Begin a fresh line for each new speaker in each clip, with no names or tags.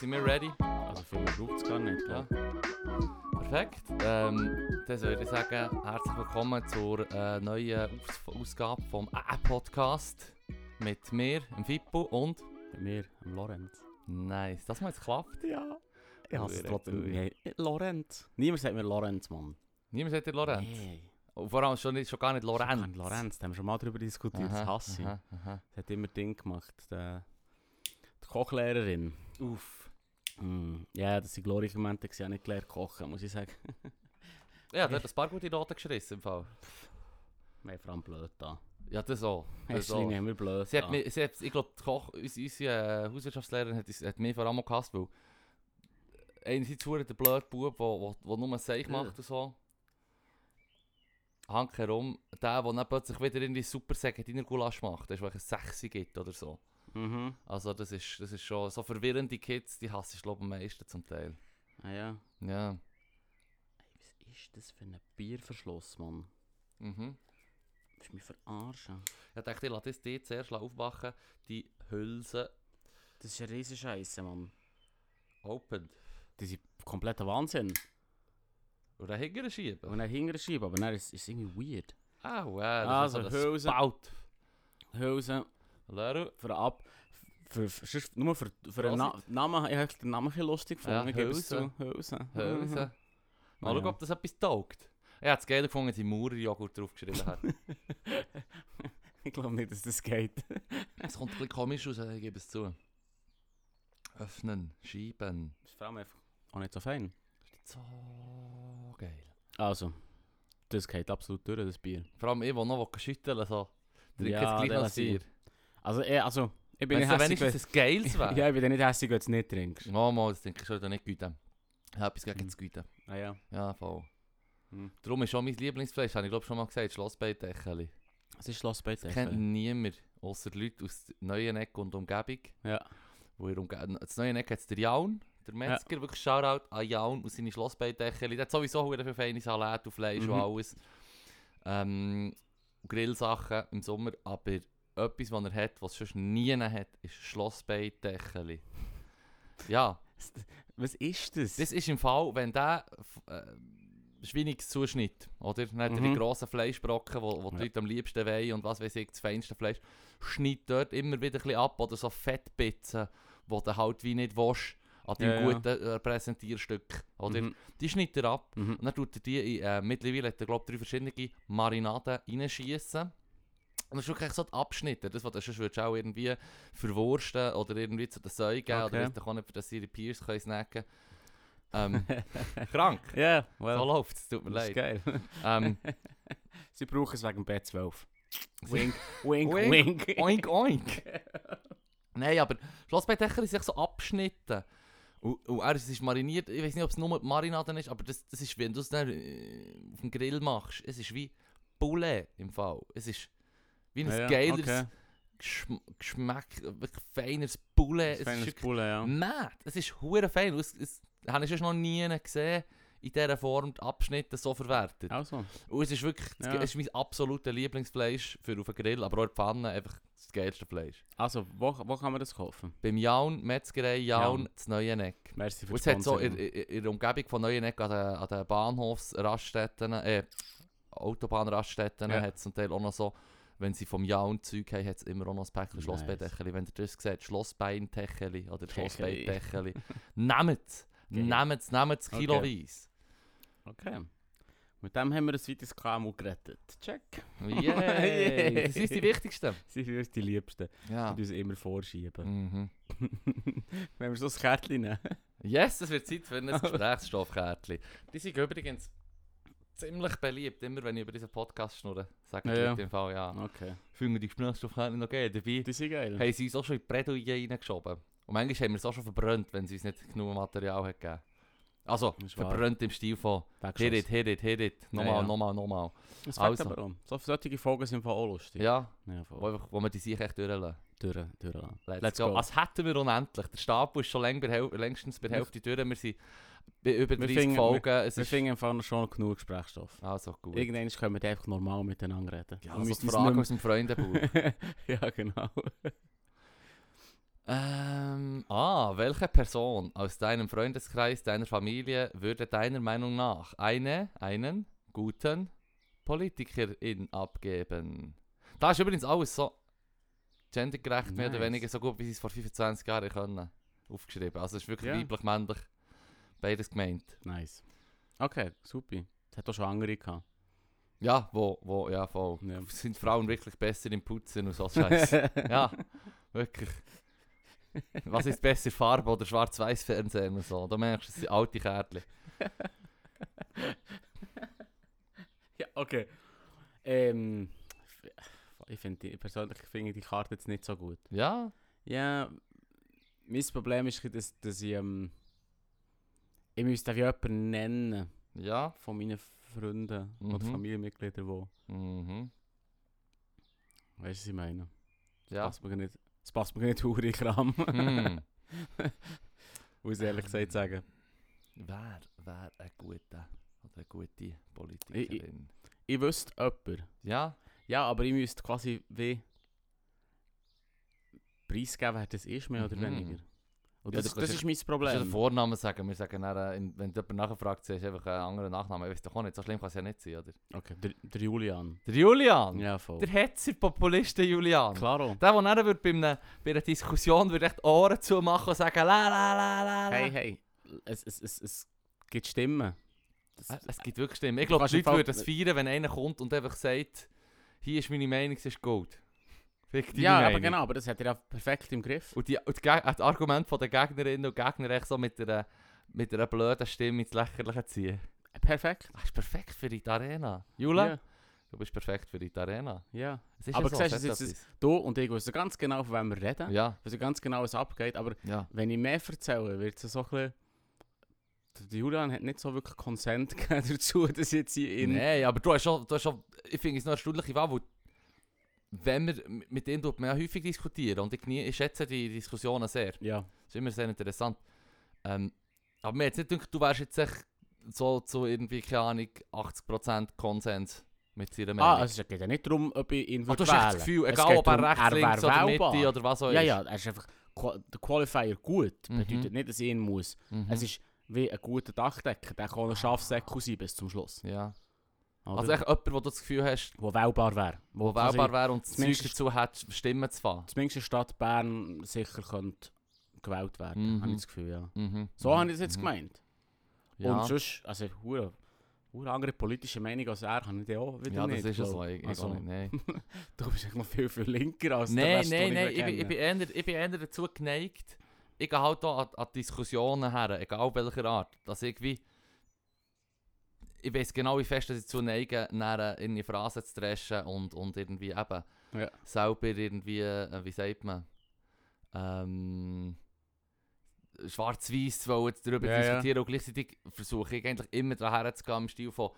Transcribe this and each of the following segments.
Sind wir ready?
Also viel mehr braucht es gar nicht.
Ja.
Ja.
Perfekt. Ähm, dann würde ich sagen, herzlich willkommen zur äh, neuen Aus Ausgabe vom A-Podcast mit mir, dem Fippo und...
Bei mir, am Lorenz.
Nice, das mal jetzt klappt.
Ja. Ich hasse es
Hure
trotzdem.
Tui.
Nee, Lorenz. Niemand sagt mir Lorenz, Mann.
Niemand sagt dir Lorenz.
Nee.
Und vor allem schon, nicht, schon gar nicht Lorenz.
Lorenz. Lorenz, da haben wir schon mal drüber diskutiert. das hasse ich.
aha, aha.
Das hat immer Ding gemacht. Der, die Kochlehrerin.
Uff.
Hm. Ja, das sind glorreiche Momente. Ich habe nicht gelernt kochen, muss ich sagen.
Ja, da hat ein paar gute Noten geschissen im Fall.
Wir haben vor allem blöd da.
Ja, das auch. Das auch.
Häschling haben wir blöd
Sie hat
da.
mir, sie hat, ich glaube, Koch, unsere, unsere äh, Hauswirtschaftslehrerin hat, uns- hat mich vor allem auch gehasst, weil einerseits hure der blöde Bub, der wo, wo nur ein Seich
Ja.
macht und so. Hank herum, der, der dann plötzlich wieder in die super Segediner Gulasch macht, das ist, wo es Sechse gibt oder so.
Mhm.
Also das ist, das ist schon, so verwirrende Kids, die hasse ich glaube am meisten zum Teil.
Ah ja.
Ja,
Ey, was ist das für ein Bierverschluss, Mann?
mhm.
Willst du mich verarschen?
Ich dachte, ich lasse das die zuerst aufwachen, die Hülse
Das ist eine riesen Scheiße, Mann.
opened.
Das ist kompletter Wahnsinn.
Und dann hinterher schieben.
Und dann hinterher schieben, aber dann ist es irgendwie weird.
Ah, wow, das
Also,
ist so das
Hülse.
Baut.
Hülsen
Leru.
für ab. Für, für, sonst nur für, für einen Na
Prosit.
Namen. Ich habe den Namen ein bisschen lustig
Ja,
gefunden. ich gebe es
Hülsen.
zu. Hülsen.
Hölse. Mal
Ja.
schauen, Mhm. Ah, ob das etwas taugt. Ich habe es geil gefunden, dass ich Maurer-Joghurt draufgeschrieben habe.
Ich glaube nicht, dass das geht.
es kommt ein bisschen komisch aus, ich gebe es zu. Öffnen, schieben.
Das ist vor allem einfach auch nicht so fein.
Das ist so geil.
Also, das geht absolut durch, das Bier.
Vor allem ich, der noch schütteln will, so. Trinke
Ja,
es gleich
der
noch
lass ich.
Bier.
Also, ich, also, ich bin
Wenn
nicht
es
hässlich.
wenigstens
wenn-
ein geiles wäre.
Ja, ich bin dann nicht hässlich, wenn du es nicht trinkst.
No, mal, das denke ich schon, nicht güten. Ich habe etwas gegen
Mhm.
das Güten.
Ah ja.
Ja, voll.
Mhm.
Darum ist schon mein Lieblingsfleisch, habe ich glaube schon mal gesagt, Schlossbeitecheli.
Es ist Schlossbett.
Kennt niemand, außer die Leute aus der neuen Ecke und Umgebung.
Ja.
wo ihr umgeht. Das neue Eck hat der Jaun, der Metzger, wirklich Shoutout an Jaun und seine Schlossbeidecheli. Der hat sowieso sehr viel feine Salate und Fleisch und
Mhm.
alles. Ähm, und Grillsachen im Sommer, aber etwas, was er hat, was sonst nie hat, ist Schlossbeidecheli. Ja,
Was ist das?
das ist im Fall, wenn der f- äh, schwiniges Zuschnitt, oder? Dann hat er die
Mhm.
grossen Fleischbrocken, wo, wo die
Ja.
Leute am liebsten wollen und was weiß ich, das feinste Fleisch, schneidet dort immer wieder ein bisschen ab oder so Fettbitzen, wo du halt wie nicht willst, an deinem
Ja, ja.
guten äh, Präsentierstück, oder?
Mhm.
Die schneidet er ab
Mhm.
und dann tut er die in, äh, mittlerweile, hat er, glaub, drei verschiedene Marinaden reinschiessen. Und das ist wirklich so die Abschnitte, das, was du sonst würdest auch irgendwie verwursten oder irgendwie zu den Säugen geben oder
Okay.
weiss doch auch nicht, dass sie ihre Peers können snacken können. Ähm, krank,
Ja, well.
so läuft es, tut mir
Ähm, Das ist
leid.
geil.
Ähm,
Sie brauchen es wegen B12. Wink, wink,
Wink.
wink.
oink, oink. Nein, aber Schlossbeitächer ist echt so Abschnitte. Und, und er, es ist mariniert, ich weiß nicht, ob es nur die Marinaden ist, aber das, das ist, wenn du es dann äh, auf dem Grill machst, es ist wie Poulet im Fall. Es ist wie ein
Ah Ja, ja,
geiles...
okay.
Geschm Geschmack, wirklich feines Poulet. Äh, Es
Feines
ist wirklich
Bulle, ja.
mad. Es ist hure fein. Und Es, es habe ich sonst noch nie gesehen, in dieser Form die Abschnitte so verwertet.
Also,
Und es ist wirklich, das
Ja.
Ge- es ist mein absolutes Lieblingsfleisch für auf den Grill, aber auch in der Pfanne einfach das geilste Fleisch.
also wo, wo kann man das kaufen?
Beim Jaun, Metzgerei Jaun,
Jaun.
das Neueneck.
Merci für
Und es hat so in, in, in der Umgebung von Neueneck an den, an den Bahnhofsraststätten, äh, Autobahnraststätten,
Ja.
hat es zum Teil auch noch so, wenn sie vom Jaun Zeug haben, hat es immer auch noch ein Päckchen
Nice.
Schlossbeintecheli. Wenn ihr das seht, Schlossbeintecheli oder
Techeli.
Schlossbeintecheli. nehmt es, nehmt es, nehmt es
Okay.
kiloweise.
Okay. Mit dem haben wir ein zweites KMU gerettet. Check.
Yay!
Yay.
Das ist die wichtigste.
Sie sind uns die Liebsten,
Ja.
die uns immer vorschieben.
Mhm.
Wenn wir so ein Kärtchen nehmen.
Yes, es wird Zeit für ein Gesprächsstoffkärtchen. Die sind übrigens ziemlich beliebt, immer wenn ich über diesen Podcast schnurre. Sagen
Ja,
die
ja.
Leute im Fall, ja.
Okay.
Finden die Gesprächsstoffkärtchen noch geil? Dabei
Die sind eh geil.
haben sie uns auch schon in die Bredouille reingeschoben. Und manchmal haben wir es auch schon verbrannt, wenn sie uns nicht genug Material hat gegeben Also,
Das ist wahr.
verbrannt im Stil von hit it, hit it, hit it, nochmal,
Ja, ja.
nochmal, nochmal.
Das fängt
Also.
aber um. So solche Folgen sind voll auch lustig.
Ja,
ja
wo,
voll.
einfach, wo wir die sich echt durchlassen.
Durch, durch.
Let's, go. Also, Als hätten wir unendlich. Der Stapel ist schon läng bei Hel- längstens bei der
Wir-
Hälfte durch. Wir sind bei über
Wir
30
finden-
Folgen. es
Wir
ist
finden einfach noch schon genug Gesprächsstoff.
also gut.
Irgendwann können wir einfach normal miteinander reden.
Ja,
Wir
also
müssen
die
uns
Frage
nicht
aus dem Freundebuch.
mehr- ja, genau.
ähm, A. Welche Person aus deinem Freundeskreis, deiner Familie würde deiner Meinung nach eine, einen guten Politikerin abgeben? Da ist übrigens alles so gendergerecht, mehr oder
Nice.
weniger so gut, wie sie es vor 25 Jahren können. Aufgeschrieben. Also es ist wirklich
Ja.
weiblich, männlich, beides gemeint.
Nice. Okay, super. Es hat auch schon andere gehabt.
Ja, wo, wo, ja, voll.
Ja.
Sind Frauen wirklich besser im Putzen und so Scheiße? ja, wirklich. Was ist besser, Farbe oder Schwarz-Weiß-Fernsehen und so? Da merkst du, es sind alte Kärtchen.
Ja, okay. Ähm, ich finde die, persönlich finde ich die Karte jetzt nicht so gut.
Ja,
Ja, mein Problem ist, dass, dass ich, ähm, ich müsste auch jemanden nennen
ja.
von meinen Freunden oder
Mhm.
Familienmitgliedern, wo,
Mhm.
weißt du, was ich meine?
Ja.
Das passt mir gar nicht, das passt mir gar nicht hure in den Kram,
Hm.
muss ich ehrlich gesagt sagen.
Wer wäre ein guter oder eine gute
Ich- ich-
Politikerin?
Ich wüsste jemanden.
Ja,
Ja, aber ich müsste quasi wie preisgeben, wer das ist, mehr oder
Mhm.
weniger. Und
Ja,
das,
du
das
kannst
ist mein
kannst du den
Problem.
Vornamen sagen. Wir sagen dann, äh, in- wenn jemand nachfragt, siehst du einfach einen anderen Nachnamen. Ich weiß doch auch nicht, so schlimm kann es ja nicht sein, oder?
Okay, der, der Julian.
Der Julian!
Ja, voll.
Der Hetzer-Populisten Julian!
Klaro.
Der, der dann würde bei, einem, bei einer Diskussion würde echt Ohren zumachen und sagen, la la la la la.
Hey, hey. Es, es, es, es gibt Stimmen. Das,
Ah, Es gibt wirklich Stimmen. Ich glaube,
kannst
die
im
Leute
Fall-
würden es feiern, wenn einer kommt und einfach sagt, hier ist meine Meinung, es ist gut. Fick deine
ja, aber
Meinung.
genau, aber das hat er ja perfekt im Griff.
Und, die, und die Geg- das Argument von der Gegnerinnen und Gegner echt so mit einer, mit einer blöden Stimme ins Lächerliche ziehen.
Perfekt.
Das ist perfekt für die Arena. Jula,
Ja,
du bist perfekt für die Arena.
ja.
Es ist ja
Aber
so,
siehst du,
es
es
hat
ist- Du und ich wissen ganz genau, von wem wir
etwas.
reden.
Ja,
Wissen ganz genau, was abgeht. Aber
ja.
wenn ich mehr erzähle, wird es so ein bisschen... Der Julian hat nicht so wirklich Consent gegeben dazu, dass ich jetzt hier in...
Nein, aber du hast schon, du hast schon ich finde es noch eine erstaunliche Wahl, weil wenn wir, mit dem tut man ja häufig diskutieren und ich, genie- ich schätze die Diskussionen sehr.
Ja.
Das ist immer sehr interessant. Ähm, aber mir hat nicht gedacht, du wärst jetzt echt so zu irgendwie, keine Ahnung, 80% Konsens mit seiner Meinung.
Ah, also es geht ja nicht darum, ob ich ihn
Aber du
würde
hast echt das
wählen.
Gefühl,
Es
egal
geht
ob er
darum,
rechts,
er
links
wäre
oder
wählbar.
Mitte oder was auch
Ja,
immer.
ja, er ist einfach... Qua- Der Qualifier gut
Mhm.
bedeutet nicht, dass ich ihn muss.
Mhm.
Es ist wie ein guter Dachdecker, der kann ein Schafsäck sein bis zum Schluss.
ja.
Oder?
Also echt jemand, wo du das Gefühl hast,
wo wählbar wäre.
wo wählbar wäre und das Zeug
zumindest-
dazu hat, Stimmen zu fahren.
Zumindest in der Stadt Bern sicher könnte gewählt werden,
Mhm.
habe ich das Gefühl, ja.
Mhm.
So
mhm.
habe ich es jetzt
mhm.
gemeint.
Ja,
Und sonst, also hure, hure andere politische Meinung als er habe ich dann auch wieder
ja dus das
nicht.
ist ja so.
glaub.
Ich, ich
Also,
auch nicht, nein.
Du bist eigentlich noch viel, viel linker als der
Nein,
Rest,
nein,
den
nein, ich,
ich,
bin- ich, bin eher- ich bin eher dazu geneigt, ich gehe halt auch an, an Diskussionen her, egal welcher Art, dass ich wie, ich weiß genau wie fest, dass ich dazu neige, nachher eh, in die Phrase zu dreschen und, und irgendwie eben
Ja.
selber irgendwie, äh, wie sagt man, ähm, schwarz-weiß wollen zu darüber
Ja, ja.
diskutieren und gleichzeitig versuche ich eigentlich immer daher zu gehen im Stil von,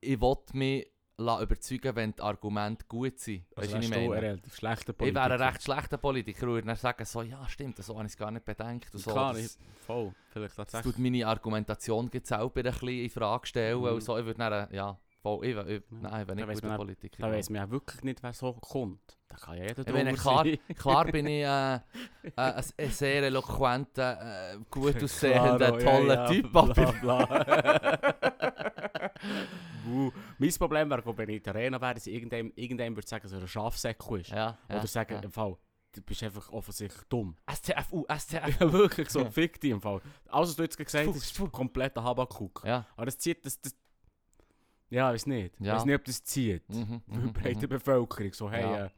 ich will mich lassen überzeugen, wenn die Argumente gut sind.
also
Weisst du, was ich
wärst du
meine?
ein relativ schlechter
Ich
Politiker.
wäre ein recht schlechter Politiker und würde dann sagen, so, ja stimmt, so habe ich es gar nicht bedenkt. Und so.
Klar, ich,
das,
voll, vielleicht
das
tatsächlich.
tut meine Argumentation jetzt selber ein bisschen in Frage stellen.
Mhm.
Und so. Ich würde dann, äh, ja, voll, ich, wär- ich, nein, wenn
Da
ich
weiss
guter
man-
Politiker
Da
bin.
weiss man ja wirklich nicht, wer so kommt. Da kann ja jeder
Ich meine,
drunter
klar-
sein.
Klar bin ich äh, äh, ein, ein sehr eloquenter, äh, gut aussehender,
Klaro, oh, ja,
toller
ja,
Typ.
Bla,
aber-
bla. Buh. Mein Problem wäre, wenn ich in der Arena wäre, dass irgendeinem, irgendeinem würde sagen, dass er ein Schafsäcko ist.
Ja, ja,
Oder sagen,
ja.
im Fall, du bist einfach offensichtlich dumm.
STFU, STF.
Ja, wirklich so,
Ja.
fick dich im Fall. Alles, was du jetzt gesagt
Pfuh,
hast, ist kompletter Habakuk.
Ja.
Aber das zieht, das, das... Ja, weiß nicht.
Ja.
Weiß nicht, ob das zieht.
Mhm,
Für die
mhm,
breite
mhm.
Bevölkerung. So, hey,
Ja.
äh,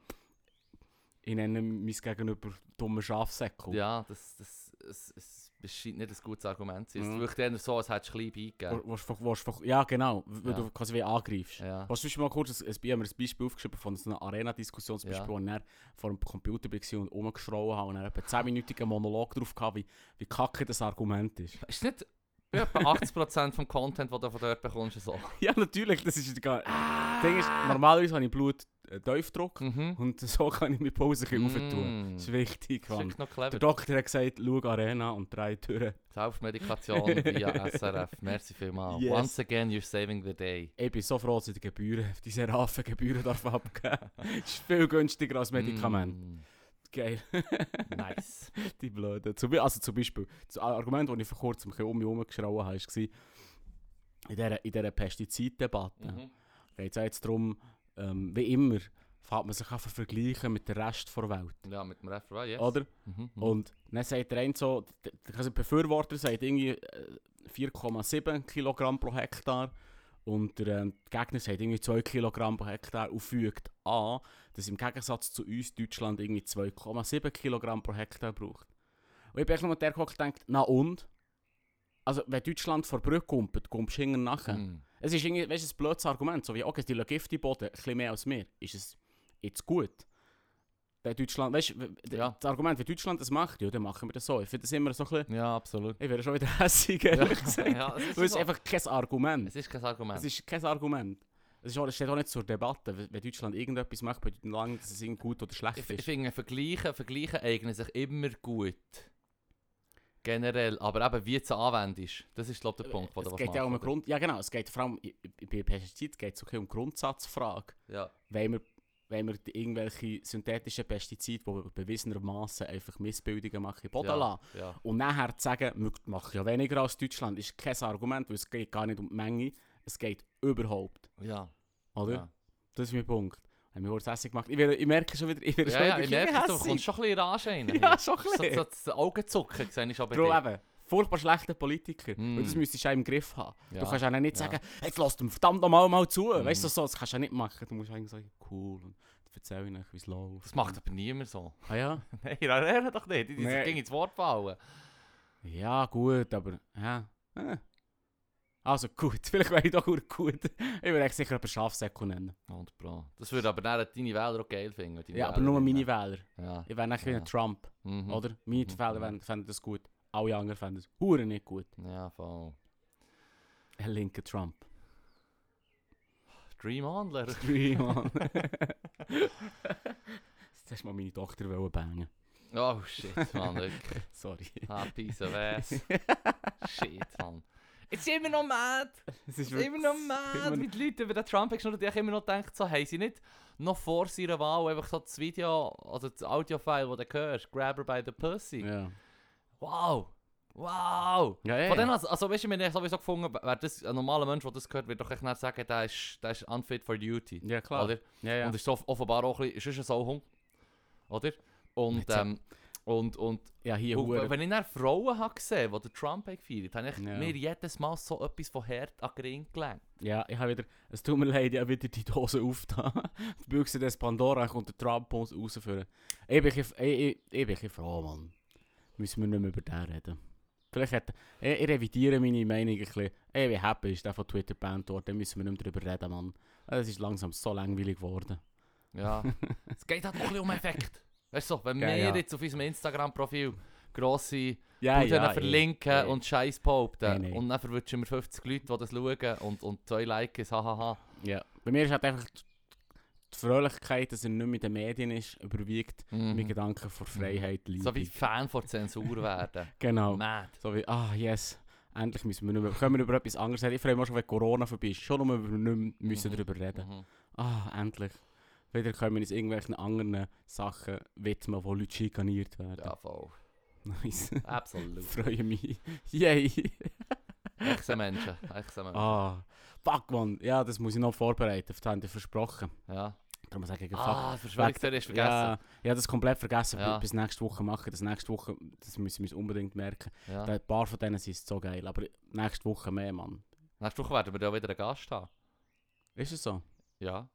ich nenne mein Gegenüber dummer Schafsäcko.
Ja, das, das, es, es, es scheint nicht ein gutes Argument zu sein.
Mhm.
Es wirkt eher so, als hättest du klein beigegeben.
Wo- wo- wo- wo- wo- Ja, genau. Weil
Ja.
du quasi wie angreifst.
Ja.
Hast du schon mal kurz ein, ein, ich hab mir ein Beispiel aufgeschrieben von so einer Arena-Diskussionsbeispiel,
Ja.
wo ich dann vor dem Computer war und rumgeschrien habe und dann etwa 10-minütigen Monolog drauf hatte, wie, wie kacke das Argument ist.
Ist nicht etwa 80% vom Content, den du von dort bekommst, so?
ja, natürlich, das ist gar... Das Ding ist, normalerweise habe ich Blut äh, Teufdruck
Ah! Mhm.
und so kann ich meine Pause ein bisschen mm. tun.
Mm.
Das ist wichtig.
Das ist wirklich
Mann.
noch
Der
clever.
Doktor hat gesagt, schau Arena und drei Türen.
Selbstmedikation via SRF. Merci vielmals.
Yes.
Once again, you're saving the day.
Ich bin so froh, dass ich die Gebühren, diese Raffengebühren darf abgeben. das ist viel günstiger als Medikament.
Mm.
Geil.
Nice.
die Blöden. Zum, Be- also zum Beispiel, das Argument, das ich vor kurzem ein bisschen um mich herumgeschrauben habe, war, in dieser, in dieser Pestiziddebatte
mhm.
geht es jetzt darum, ähm, wie immer, fängt man sich an zu vergleichen mit dem Rest der Welt.
Ja, mit dem Referat, yes.
Oder?
Mhm. mhm.
Und dann sagt der eine so, der, der also der Befürworter sagt irgendwie äh, 4,7 Kilogramm pro Hektar und der ähm, Gegner sagt irgendwie 2 Kilogramm pro Hektar und fügt an, dass im Gegensatz zu uns Deutschland irgendwie 2,7 Kilogramm pro Hektar braucht. Und ich bin echt nur mit der gehockt und gedacht, na und? Also wenn Deutschland vor Brücke kommt, kommst du hinten nachher.
Mhm.
Es ist irgendwie, weißt, du, ein blödes Argument, so wie, okay, die lassen Gift in den Boden, ein bisschen mehr als wir. Ist es jetzt gut? Wenn Deutschland, weißt, du, w- d-
Ja.
das Argument, wenn Deutschland das macht, ja, dann machen wir das so. Ich finde das immer so ein bisschen,
Ja, absolut.
ich wäre schon wieder hässig, ehrlich gesagt.
ja, es, ist
Weil es
so.
einfach kein Argument.
es ist kein Argument.
Es ist kein Argument. Es ist auch, es steht auch nicht zur Debatte, wenn wenn Deutschland irgendetwas macht, bedeutet lange, dass es irgendwie gut oder schlecht
Ich, ich
ist.
finde, Vergleichen, Vergleichen eignen sich immer gut. Generell, aber eben wie du es anwendest. Das ist, glaube ich, der Punkt, den du
es geht ja um einen Grund, ja genau, es geht vor allem, i- i- bei Pestizid geht es okay um Grundsatzfrage.
Ja,
wenn wir, wenn wir die- irgendwelche synthetische Pestizide, die bewiesenermaßen einfach Missbildungen machen, in den Boden
ja,
lassen.
Ja,
Und nachher zu sagen, wir machen ja weniger als Deutschland, ist kein Argument, weil es geht gar nicht um die Menge, es geht überhaupt.
ja.
Oder?
Ja.
Das ist mein Punkt. Haben wir kurz hässlich gemacht. Ich, werde, ich merke schon wieder, ich werde
Ja,
schon
ja,
wieder
ich merke, es, du kommst
hässig.
schon ein bisschen Rage rein.
Ja,
hier.
schon ein bisschen.
So, so das Augenzucken sehe ich schon bei
Darum
dir.
eben, furchtbar schlechter Politiker.
Mm.
Und das müsstest du auch im Griff haben.
Ja.
Du kannst auch nicht
Ja.
sagen, jetzt lass dem verdammt nochmal mal zu.
Mm.
Weißt du, so, das kannst du auch nicht machen. Du musst eigentlich sagen, cool, und erzähl ihnen, wie es läuft.
Das macht aber niemand so.
Ah ja?
Nein, er doch nicht. Die, die
Nee.
sich gegen ins Wort fallen.
Ja, gut, aber. Ja. Äh. Also gut, vielleicht wäre ich doch nur gut. Ich würde echt sicher einen Schafsäckel nennen.
100 Pro. Das würde aber dann deine Wähler auch geil finden. deine
Ja, aber nur meine
Wählerinnen.
Wähler.
Ja.
Ich wäre nicht wie
Ja.
ein Trump,
Mhm.
oder? Meine
Mhm.
Wähler fänden- fänden das gut. Alle anderen fänden das hure nicht gut.
Ja, voll.
Ein linker Trump.
Dream on, Lehrer.
Drei, Mann. Jetzt hast du mal meine Tochter wollen bangen.
Oh shit, man. wirklich.
Sorry.
Ah, piece of ass. Shit, man. Jetzt sind wir noch mad.
Es ist
Immer noch mad. Wie die Leute über den Trump haben die ich immer noch denkt, so, haben sie nicht noch vor seiner Wahl einfach so das Video oder das Audiofile, das du hörst, Grab her by the Pussy.
Ja.
Wow. Wow.
Ja,
Von denen,
ja.
also, also weißt du, wir haben sowieso gefunden, wer das, ein normaler Mensch, der das gehört, wird doch echt nicht sagen, der ist, der ist unfit for duty.
Ja, klar.
Oder?
Ja, ja.
Und ist so offenbar auch ein bisschen, ist ein Sauhund. Oder? Und,
Jetzt-
ähm, und, und,
Ja, hier
Und
hure.
wenn ich dann Frauen habe gesehen habe, die den Trump haben gefeiert haben, habe ich
Ja.
mir jedes Mal so etwas von Herd an den Ring gelenkt.
Ja, ich habe wieder, es tut mir leid, ich habe wieder die Dose aufgetan. Die Büchse des Pandora kommt der Trump uns rausführen. Ich bin, ein bisschen- ich, ich, ich bin ein bisschen froh, Mann. Müssen wir nicht mehr über den reden. Vielleicht hat, ich, ich revidiere meine Meinung ein bisschen. Ey, wie happy ist der von Twitter gebannt worden, dann müssen wir nicht mehr darüber reden, Mann. Es ist langsam so langweilig geworden.
Ja. es geht halt auch ein bisschen um Effekt. Weißt du, so, wenn
Ja,
wir
ja.
jetzt auf unserem Instagram-Profil grosse
Ja,
Bilder verlinken
ja.
und Scheiß behaupten
Nein, nein.
und dann verwünschen wir 50 Leute, die das schauen und, und zwei Likes, hahaha.
Ja. Bei mir ist halt einfach die die Fröhlichkeit, dass er nicht mehr in den Medien ist, überwiegt mein
Mhm.
Gedanke vor Freiheit, Liebe.
So wie Fan vor Zensur werden.
genau.
Mad.
So wie, ah yes, endlich müssen wir nicht mehr, können wir über etwas anderes reden. Ich freue mich auch schon, wenn Corona vorbei ist, schon nur, wenn wir nicht mehr müssen
Mhm.
darüber reden
Mhm.
Ah, endlich. Wieder können wir uns irgendwelchen anderen Sachen widmen, wo Leute schikaniert werden.
Ja, voll.
Nice.
Absolut.
freue mich. Yay.
Echte Menschen. Echte Menschen.
ah, fuck man, ja, das muss ich noch vorbereiten, das haben die versprochen.
Ja.
Darum sage Ah. ich, fuck.
Ah, Verschwörungstheorie ist vergessen.
Ja, ich habe das komplett vergessen.
Ja.
Bis nächste Woche machen. Das nächste Woche, das müssen wir uns unbedingt merken.
Ja.
Ein paar von denen sind so geil, aber nächste Woche mehr, Mann.
Nächste Woche werden wir da wieder einen Gast haben.
Ist es so?
Ja.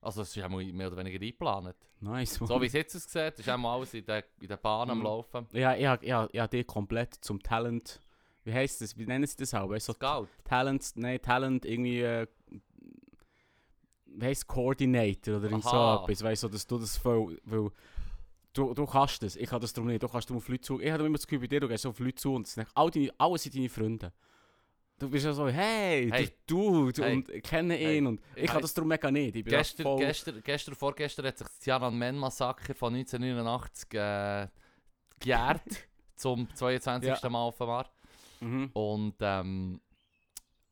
Also es ist einmal mehr oder weniger eingeplant.
Nice, Mann.
So wie es jetzt aussieht, ist einmal alles in der, in der Bahn am
Mhm.
Laufen.
ja, ich habe ja, ja, die komplett zum Talent. Wie heißt das? Wie nennen sie das auch? Weißt du, so
Scout.
Talent, nein, Talent irgendwie. Äh, wie heisst Coordinator oder irgend so
Aha.
etwas? Weißt du, dass du das voll. Weil du, du kannst das. Ich kann das darum nicht. Du kannst darum auf Leute zu. Ich habe immer das Gefühl, bei dir, du gehst so auf Leute zu und es sind all deine, alles sind deine Freunde. Du bist ja so, hey,
Hey.
du, du
Hey.
und ich kenne ihn.
Hey.
Und ich,
Ich-
kann das darum mega nicht. Ich bin ja
Gestern,
voll,
gestern, gestern, vorgestern hat sich das Tiananmen-Massaker von 1989 äh, gejährt. zum 22.
Ja.
Mal auf dem Markt.
Mhm.
Und ähm,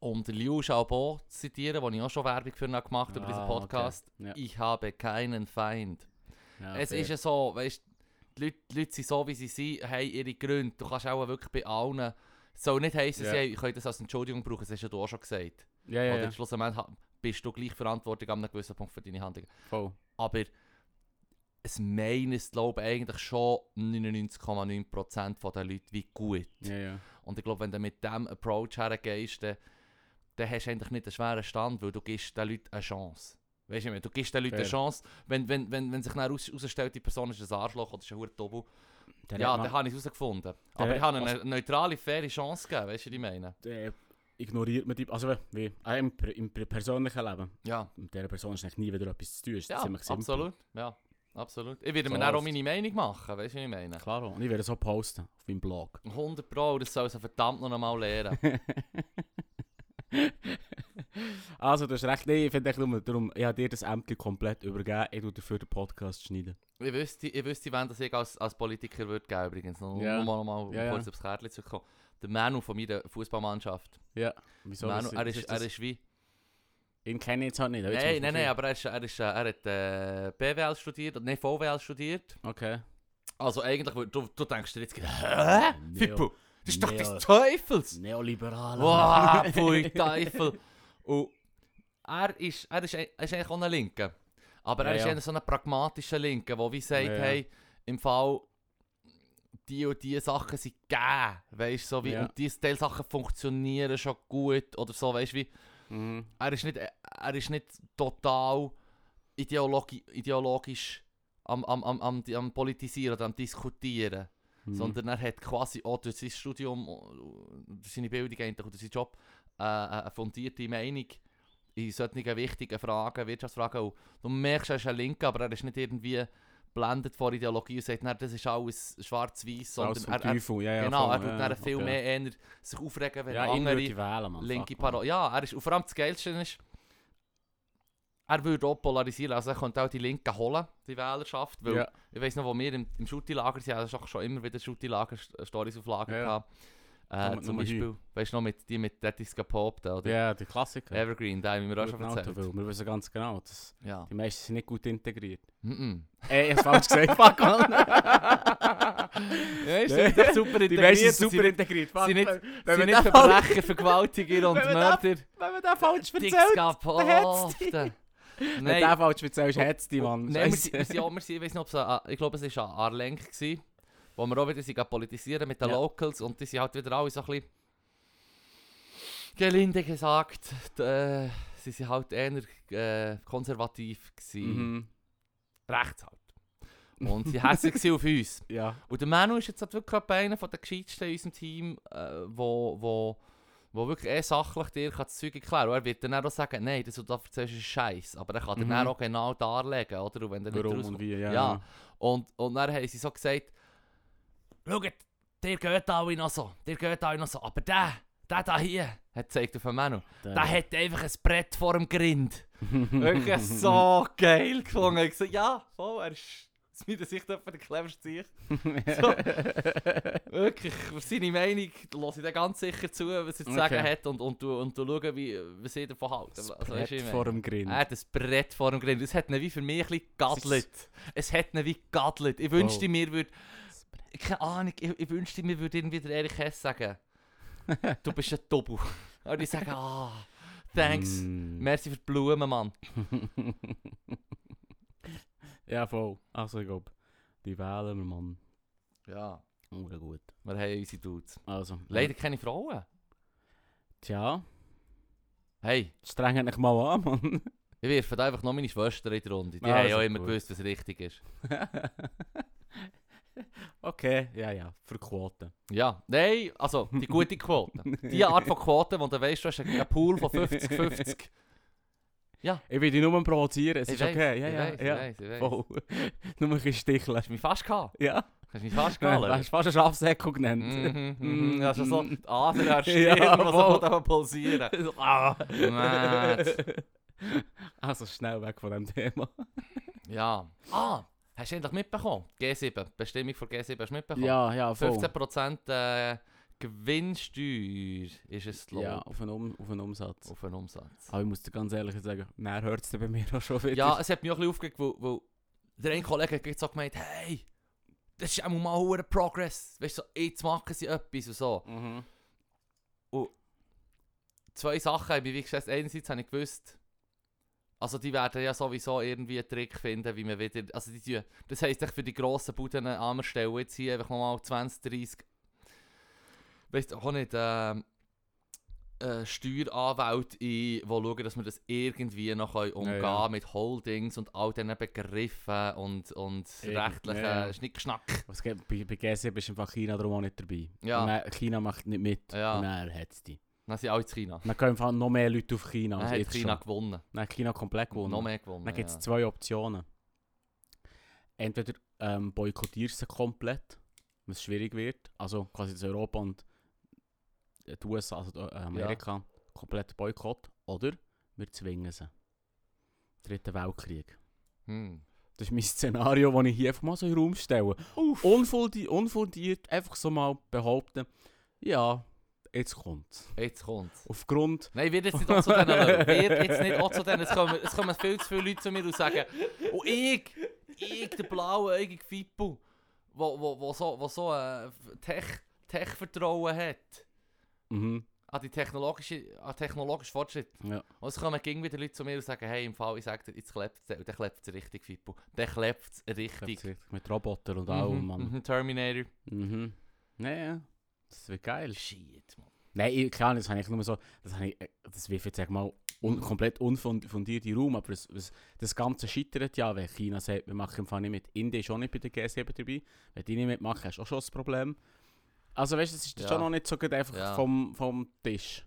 um den Liu Xiaobo zu zitieren, wo ich auch schon Werbung für ihn gemacht habe über
Ah,
diesen
okay.
Podcast.
Ja.
Ich habe keinen Feind.
Ja,
es
Ah, fair.
ist ja so, weißt die Leute, die Leute sind so, wie sie sind, haben ihre Gründe. Du kannst auch wirklich bei allen... Es soll nicht heissen,
Ja.
sie haben- können das als Entschuldigung brauchen, das hast ja du auch schon gesagt.
Ja,
Oder
ja, ja.
schlussendlich ha- bist du gleich verantwortlich an einem gewissen Punkt für deine Handlungen.
Voll.
Aber es meinen es, glaube ich, eigentlich schon 99,9% der Leute wie gut.
Ja, ja.
Und ich glaube, wenn du mit diesem Approach hergehst, dann, dann hast du eigentlich nicht einen schweren Stand, weil du gibst den Leuten eine Chance. Weißt du, ich meine, du gibst den Leuten eine
Fair.
Chance, wenn, wenn, wenn, wenn sich dann raus- herausstellt, die Person ist ein Arschloch oder ist ein Hurtobel.
Der
Ja,
hat
dann
mal-
habe ich es herausgefunden.
Der
Aber
hat-
ich habe
also-
eine neutrale, faire Chance gegeben, weißt du, was ich meine?
äh, ignoriert man die. Also, wie? Auch im, pri- im pri- persönlichen Leben.
Ja,
Mit dieser Person ist eigentlich nie wieder etwas zu tun. Ist
ja
ziemlich simpel.
absolut. Ja, absolut. Ich werde
So
mir dann auch
läuft's.
meine Meinung machen, weißt du, was ich meine?
Klar, und ich werde so posten auf meinem Blog.
100 Pro, das soll sie verdammt noch einmal lernen.
also, du hast dus recht. Nee, ich finde echt nur, darum, ich habe dir das Amt komplett übergeben. Ich tue dafür den Podcast schneiden.
Ich wüsste, ich wüsste, wenn das ich als, als Politiker würde geben übrigens. Nur
Ja.
yeah. mal, mal um
Ja, ja.
kurz aufs Kärtchen zu kommen. Der Manu von meiner Fußballmannschaft.
Ja. Wieso? Dus-
Manu,
das-
er,
das
ist, er
das-
ist wie.
Ihn kenne ich jetzt halt nicht. aber jetzt
Nein,
muss
nein,
man
nein, aber er, ist, er, ist, äh, er hat äh, BWL studiert, nein, VWL studiert.
sehen. Okay.
Also eigentlich, wür- du, du denkst dir jetzt, gerade, hä?
Neo-
Fippo, das ist doch
Neo-
des Teufels!
Neoliberal.
Wow, pfui Teufel! Und er ist, er ist, ei- er ist eigentlich auch ein Linker. Aber er
Ja,
ist
ja.
einer so ein pragmatischer Linker, der wie sagt,
Ja, ja.
hey, im Fall die und die Sachen sind gegeben, weißt so wie,
Ja.
und diese Teilsachen funktionieren schon gut oder so, weißt wie,
Mhm.
er ist nicht, er ist nicht total ideologi ideologisch am, am, am, am, am politisieren oder am diskutieren.
Mhm.
Sondern er hat quasi auch durch sein Studium, äh, durch seine Bildung eigentlich und durch seinen Job äh, äh, eine fundierte Meinung in solchen wichtigen Fragen, Wirtschaftsfragen. Und du merkst, er ist ein Linker, aber er ist nicht irgendwie blendet vor Ideologie und sagt, nein, das ist alles schwarz-weiß,
Alles
sondern
vom
er, er,
Teufel. Ja, ja,
genau,
voll,
er tut
ja,
dann
ja,
viel
okay.
mehr eher sich aufregen, wenn
Ja, ihn
andere
würde ich wählen, Mann.
linke
Fuck, Mann.
Parole. Ja, er ist, und vor allem das Geilste ist, er würde auch polarisieren, also er könnte auch die Linken holen, die Wählerschaft, weil
Ja.
ich weiß noch, wo wir im, im Schutti-Lager sind, also schon immer wieder Schutti-Lager-Stories auf Lager
Ja.
gehabt. Äh,
Nur-
zum
nur
Beispiel, weißt du noch, mit, die mit Daddy's Gepoppt, oder?
Ja, die Klassiker.
Evergreen, da haben wir auch schon
Genau,
erzählt.
weil Wir wissen ganz genau, dass
Ja.
die meisten sind nicht gut integriert.
Mm
Ey, ich hab's falsch gesagt, fuck man.
ja, ist doch- ist doch super
Die meisten
integriert.
sind super integriert, fuck
sind nicht-
man.
sind,
Wenn
sind
wir
nicht
den falsch-
Verbrecher, Vergewaltiger und
Wenn wir den-
Mörder.
wenn wir den falsch
Dicks
erzählt, hat's dich.
Gapopten.
wenn der falsch erzählst, hat's dich, Mann.
Nein, wir sind,
Scheisse.
wir sind auch, wir sind, ich weiß nicht, ob es, an- ich glaube, es war an Arlenk, gewesen, wo wir auch wieder sind, gegangen politisieren mit den
Ja.
Locals und die sind halt wieder alle so ein bisschen, gelinde gesagt, d- äh, sie sind halt eher äh, konservativ gewesen,
Mhm.
rechts halt. Und sie hässlich gewesen auf uns.
Ja.
Und der Manu ist jetzt halt wirklich gerade einer von den Gescheitsten in unserem Team, äh, wo, wo, wo wirklich eh sachlich dir kann das Zeug erklären kann. Er wird dann auch sagen, nein, das, was du da erzählst, ist Scheiß. Aber er kann dir
Mhm.
dann auch genau darlegen, oder? Und wenn der nicht
Warum
rauskommst-
und wie, ja.
Ja. Und, und dann haben sie so gesagt, schaut, der geht alle noch so, der geht alle noch so, aber der, der da hier, hat gezeigt auf den Manu, der hat einfach ein Brett vor dem Grind. Wirklich so geil gefunden. Ich so, ja, voll, er ist aus meiner Sicht etwa der cleverste Sieg. So. Wirklich, auf seine Meinung lasse ich dir ganz sicher zu, was er zu
Okay.
sagen hat und, und, du, und du schauen, wie, was er davon hält.
Das
Also, weisst du,
Brett
ich meine-
vor dem Grin.
er hat ein Brett vor dem Grill. Es hat ihn wie für mich ein bisschen gegadelt. Es hat ihn wie gegadelt. Ich wünschte mir würde... Keine Ahnung, ich, ich wünschte mir würde irgendwie der Erich Hess sagen. Du bist ein Tobu. Und ich sage, ah, thanks.
Mm.
Merci für die Blumen, Mann.
Ja, voll. Also, ich glaube, die wählen wir, Mann.
Ja.
Unglaublich gut.
Wir haben unsere Dudes.
Also.
Leider keine Frauen.
Tja,
Hey,
streng dich mal an, Mann.
ich werfe da einfach noch meine Schwester in die Runde. Die
Ah,
haben
ist
ja
doch
immer
gut.
gewusst, was richtig ist.
okay, ja, ja, für Quoten.
Ja, nein, also die gute Quote. Die Art von Quote, wo du weißt, du hast einen Pool von 50-50.
Ich will dich nur provozieren, es
Ich
ist
weiss,
okay. Ja,
ich
ja,
weiss, ich
ja.
weiss, ich weiss.
Voll. nur ein bisschen sticheln.
Hast du mich fast gehabt?
Ja,
Hast du mich fast
du
gehabt? oder?
hast fast einen Schafsäckel genannt.
dus. Mhm,
Mhm,
mhm. Also so
mhm.
die Ader an der
Ja,
Stirn, ja, was
voll.
so davon pulsieren.
ah.
Mad.
also schnell weg von dem Thema.
Ja. Ah, hast du endlich mitbekommen? G7, Bestimmung von G7 hast du mitbekommen?
Ja, ja,
15% äh, Gewinnsteuer ist es, glaub
Ja, Ah, auf einen, um auf einen Umsatz.
auf den Umsatz.
Aber ich muss dir ganz ehrlich sagen, näher hört es bei mir auch schon wieder.
Ja, es hat mich auch ein bisschen aufgeregt, weil, weil der eine Kollege hat gerade so gemeint, hey, das ist auch mal hoher Progress. Weißt du, so, jetzt machen sie etwas und so.
Mhm.
Zwei Sachen habe ich wie gesagt. Einerseits habe ich gewusst, also die werden ja sowieso irgendwie einen Trick finden, wie man wieder, also die, tun- das heisst echt für die grossen Buden an der Stelle jetzt hier einfach mal 20, 30, weißt du, auch nicht, ähm, äh, Steueranwälte ein, die schauen, dass wir das irgendwie noch können umgehen
Ja, ja.
mit Holdings und all diesen Begriffen und, und
Eben,
rechtlichen
ja, ja.
Schnickschnack.
Was geht, bei, bei GC bist du einfach China darum auch nicht dabei.
Ja.
Und dann- China macht nicht mit.
Ja.
Und er hat es die.
Dann sind alle in China.
Dann gehen einfach noch mehr Leute auf China.
Dann
als
hat
jetzt
China
schon.
gewonnen.
Dann hat China komplett gewonnen.
Noch mehr gewonnen.
Dann gibt es
ja.
zwei Optionen. Entweder ähm, boykottierst du sie komplett, was schwierig wird. Also quasi das Europa und die USA, also die, äh, Amerika, komplett Boykott. Oder wir zwingen sie. Dritten Weltkrieg.
Hm.
Das ist mein Szenario, das ich hier einfach mal so in den Raum stelle. Unfundi unfundiert einfach so mal behaupten, ja, jetzt kommt
Jetzt kommt's.
Aufgrund...
Nein, wird jetzt nicht auch zu denen Leuten. Wird jetzt nicht auch zu denen. Es kommen, es kommen viel zu viele Leute zu mir und sagen, und ich, ich, der blauäugige Fippo, wo, wo, wo so, wo so äh, Tech, Tech-Vertrauen hat
Mhm.
an die technologische, an technologischen Fortschritt.
Ja.
Und es kommen gegen wieder Leute zu mir und sagen, hey, im Fall, ich sage dir, jetzt klebt es. Und dann klebt es richtig, Fippo. Dann klebt es richtig.
Mit Robotern und allem,
Mhm,
Mann.
mhm, Terminator.
Mhm. Naja, das wird geil.
Shit, Mann.
Nein, ich- klar, das habe ich nur so, das habe ich, äh, das wirft jetzt sag mal un, komplett unfundiert in den Raum, aber es, es, das Ganze scheitert ja, wenn China sagt, wir machen im Fall nicht mit. Indien ist auch nicht bei der G7 dabei, wenn die nicht mitmachen, hast du auch schon das Problem. Also weißt du, das ist
Ja.
schon noch nicht so gut einfach
Ja.
vom, vom Tisch.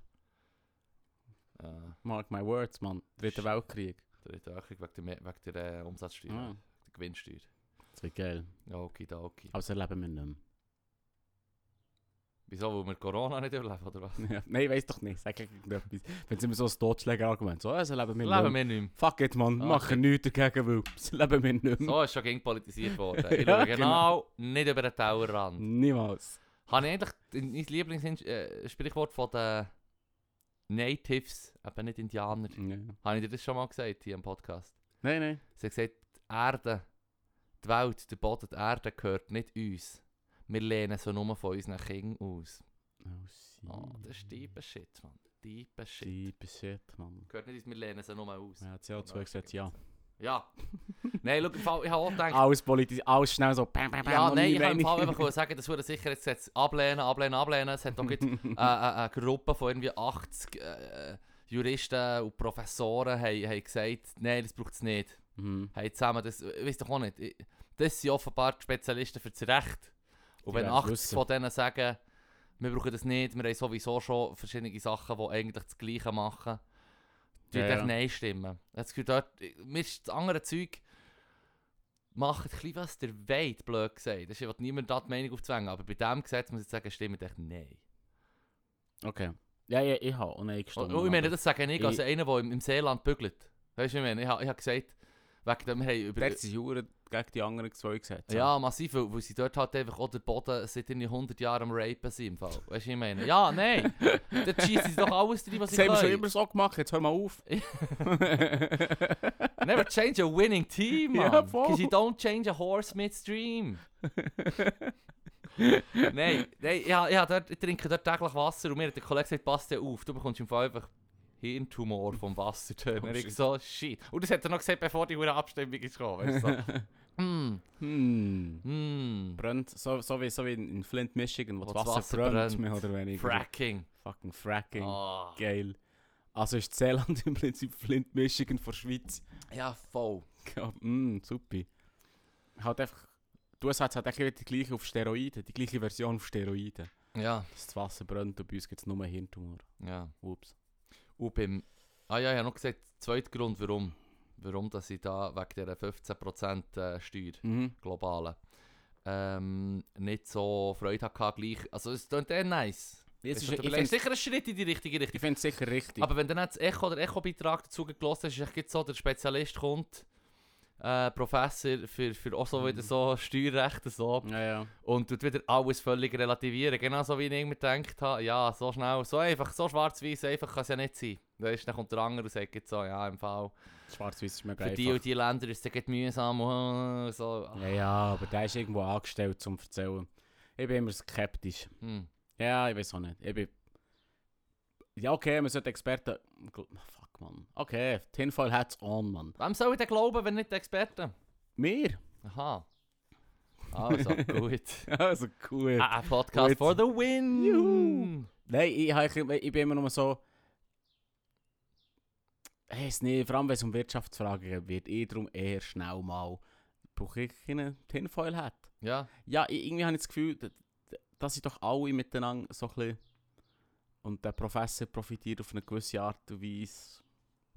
Ja,
Mark my words, Mann. Dritter
Shit.
Weltkrieg.
der Weltkrieg wegen der, wegen der äh, Umsatzsteuer,
Ah,
der Gewinnsteuer.
das wird geil. Oh,
Ja, okay, da, okay.
Aber das erleben wir nicht
Wieso, weil wir Corona nicht überleben, oder was?
mehr. ja. Nein, weiß doch nicht. Sag irgendetwas. Wenn es immer so ein Totschläger-Argument so, ja, das erleben wir nicht
Leben
mehr.
wir nicht
Fuck it, Mann.
Ah,
Machen nichts dagegen, weil das erleben wir nicht
mehr.
mehr.
So ist schon gegen politisiert worden. Ich
Ja,
schaue genau nicht über den Tellerrand.
Niemals.
Habe ich eigentlich mein Lieblingssprichwort von den Natives, eben nicht Indianer,
Nein,
habe ich dir das schon mal gesagt hier im Podcast?
nein.
Sie haben gesagt, die Erde, die Welt, der Boden, die Erde gehört nicht uns. Wir lehnen so nur von unseren Kindern aus.
Oh, shit.
Oh, das ist deeper Shit, Mann. Deeper Shit.
Deep shit, Mann.
Gehört nicht uns, wir lehnen sie nur aus.
Er hat CO2 gesagt, ja. Ah,
Ja. Nein, schau, im Fall, ich habe auch gedacht,
Alles politisch, alles schnell so. Bam, bam, bam,
Ja,
noch
nein,
nie
ich kann im
Meinung.
Fall einfach nur sagen, das wurde sicher jetzt, jetzt ablehnen, ablehnen, ablehnen. Es hat auch gerade, äh, äh, eine Gruppe von irgendwie 80 äh, Juristen und Professoren haben, haben gesagt, nein, das braucht es nicht.
Mhm.
Haben zusammen das, weißt doch auch nicht. Ich- Das sind offenbar die Spezialisten für das Recht. Und
Die
wenn
werden's
80
wissen.
von denen sagen, wir brauchen das nicht, wir haben sowieso schon verschiedene Sachen, die eigentlich das Gleiche machen, die
Ja,
ja,
ja.
Nein stimmen. Jetzt gehört dort, mir ist das andere Zeug, macht ein bisschen was der Weit blöd gesagt. Das wird niemand da die Meinung aufzwängen, aber bei diesem Gesetz muss ich sagen, stimmt echt Nein.
Okay. Ja, ja, ich habe auch Nein
Und,
gestimmt.
und ich meine,
aber
das sage ich als
Ich-
einer, der im, im Seeland bügelt. Weißt du, ich meine, ich habe ich habe gesagt, wegen dem, hey, über...
Der ist Jure gegen die anderen zwei gesagt.
Ja, massiv, weil, weil sie dort halt einfach auch den Boden seit irgendwie 100 Jahren am Rapen sind im Fall. Weißt du, was ich meine? Ja, nein! Dort schießen sie doch alles drin, was
Das
sie
haben wir schon
können.
immer so gemacht, jetzt hör mal auf.
Never change a winning team,
Ja,
man!
voll.
you don't change a horse midstream. nein, nein, ja, ja, dort, ich trinke dort täglich Wasser und mir hat der Kollege gesagt, passt ja auf, du bekommst im Fall einfach Hirntumor vom Wasser.
Oh,
Und ich
shit.
so, shit. Und das hat er noch gesagt, bevor die verdammte Abstimmung ist gekommen, weißt du? So. mm,
Hm.
mm,
Brennt, so, so, wie, so wie in in Flint, Michigan, wo das
Wo das
Wasser,
Wasser
brennt,
brennt.
mehr oder weniger.
fracking.
Fucking Fracking.
Ah.
Geil. Also ist Zeeland im Prinzip Flint, Michigan von der Schweiz.
Ja, voll.
Ja, mm, super. Halt einfach, du hast halt eigentlich die gleiche auf Steroiden, die gleiche Version auf Steroiden.
Ja,
Dass das Wasser brennt und bei uns gibt es nur Hirntumor.
ja.
Ups.
Und beim. Ah ja, ich habe noch gesagt, der zweite Grund, warum. Warum dass ich da wegen dieser 15% äh, Steuer,
Mhm.
globalen, ähm, nicht so Freude hatte. Gleich. Also, es klingt eh nice.
Jetzt
Weißt
ist,
du,
ich
du bist
finde
sicher ein Schritt in die richtige Richtung.
es sicher richtig.
Aber wenn dann jetzt das Echo oder Echo-Beitrag dazu gelassen hast, ist es echt so, der Spezialist kommt, äh, Professor für, für auch so
Mhm.
wieder so Steuerrechte so
Ja, ja.
und tut wieder alles völlig relativieren. Genauso wie ich irgendwie gedacht habe, ja, so schnell, so einfach, so schwarz-weiß einfach kann es ja nicht sein. Weißt, dann kommt der andere und sagt jetzt so, ja, im Fall.
Schwarz-Weiß ist mir
Für
geil.
die und die Länder ist es dann gleich mühsam. und äh, So. ah,
Ja, ja, aber der ist irgendwo angestellt zum Erzählen. Ich bin immer skeptisch.
Hm.
Ja, ich weiß auch nicht. Ich bin... Ja, okay, man sollte Experten... Fuck, man. Okay, Tinfoil hat's on, man.
Wem soll ich denn glauben, wenn nicht die Experten?
Mir?
Aha. Also, gut.
Also cool.
Ah, ein Podcast
Gut.
for the win!
Juhu. Nein, ich, hab ein bisschen- ich bin immer nur so... Ich weiss nicht, vor allem wenn es um Wirtschaftsfragen geht, wird ich darum eher schnell mal... Brauche ich keinen Tinfoil hat.
Ja,
Ja, i- irgendwie habe ich das Gefühl, d- d- dass sind doch alle miteinander so ein bisschen... Und der Professor profitiert auf eine gewisse Art und Weise,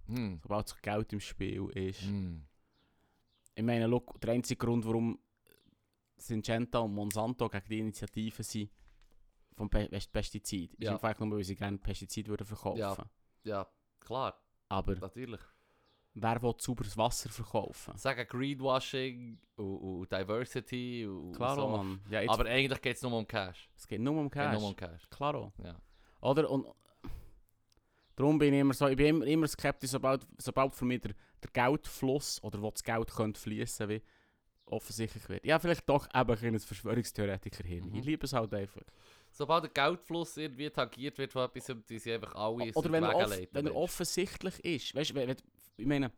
hm.
sobald es Geld im Spiel ist.
Hm.
Ich meine, look, der einzige Grund, warum Syngenta und Monsanto gegen die Initiative sind vom Pe Pest- Pestizid, ist
Ja.
einfach nur, weil sie gerne Pestizid würden verkaufen.
Ja. ja, klar,
Aber
natürlich.
wer will sauberes Wasser verkaufen?
Sagen Greenwashing und, und Diversity und
Klar,
so.
Mann. Ja, jetzt,
Aber eigentlich geht es nur um Cash.
es geht nur um
Geht
Cash.
Nur um Cash.
Klaro.
Ja.
Oder? Und darum bin ich immer so, ich bin immer, immer skeptisch, sobald, sobald für mich der, der Geldfluss oder wo das Geld könnte fließen wie offensichtlich wird. Ja, vielleicht eh, doch eben ein kleines Verschwörungstheoretiker hin.
Mhm.
Ich liebe es halt einfach.
Sobald der Geldfluss irgendwie tangiert wird von etwas, um die sind einfach alle
Oder wenn er, off-
Wegeleiten,
wenn er
weißt.
offensichtlich ist. Weißt du, wenn, wenn, ich meine,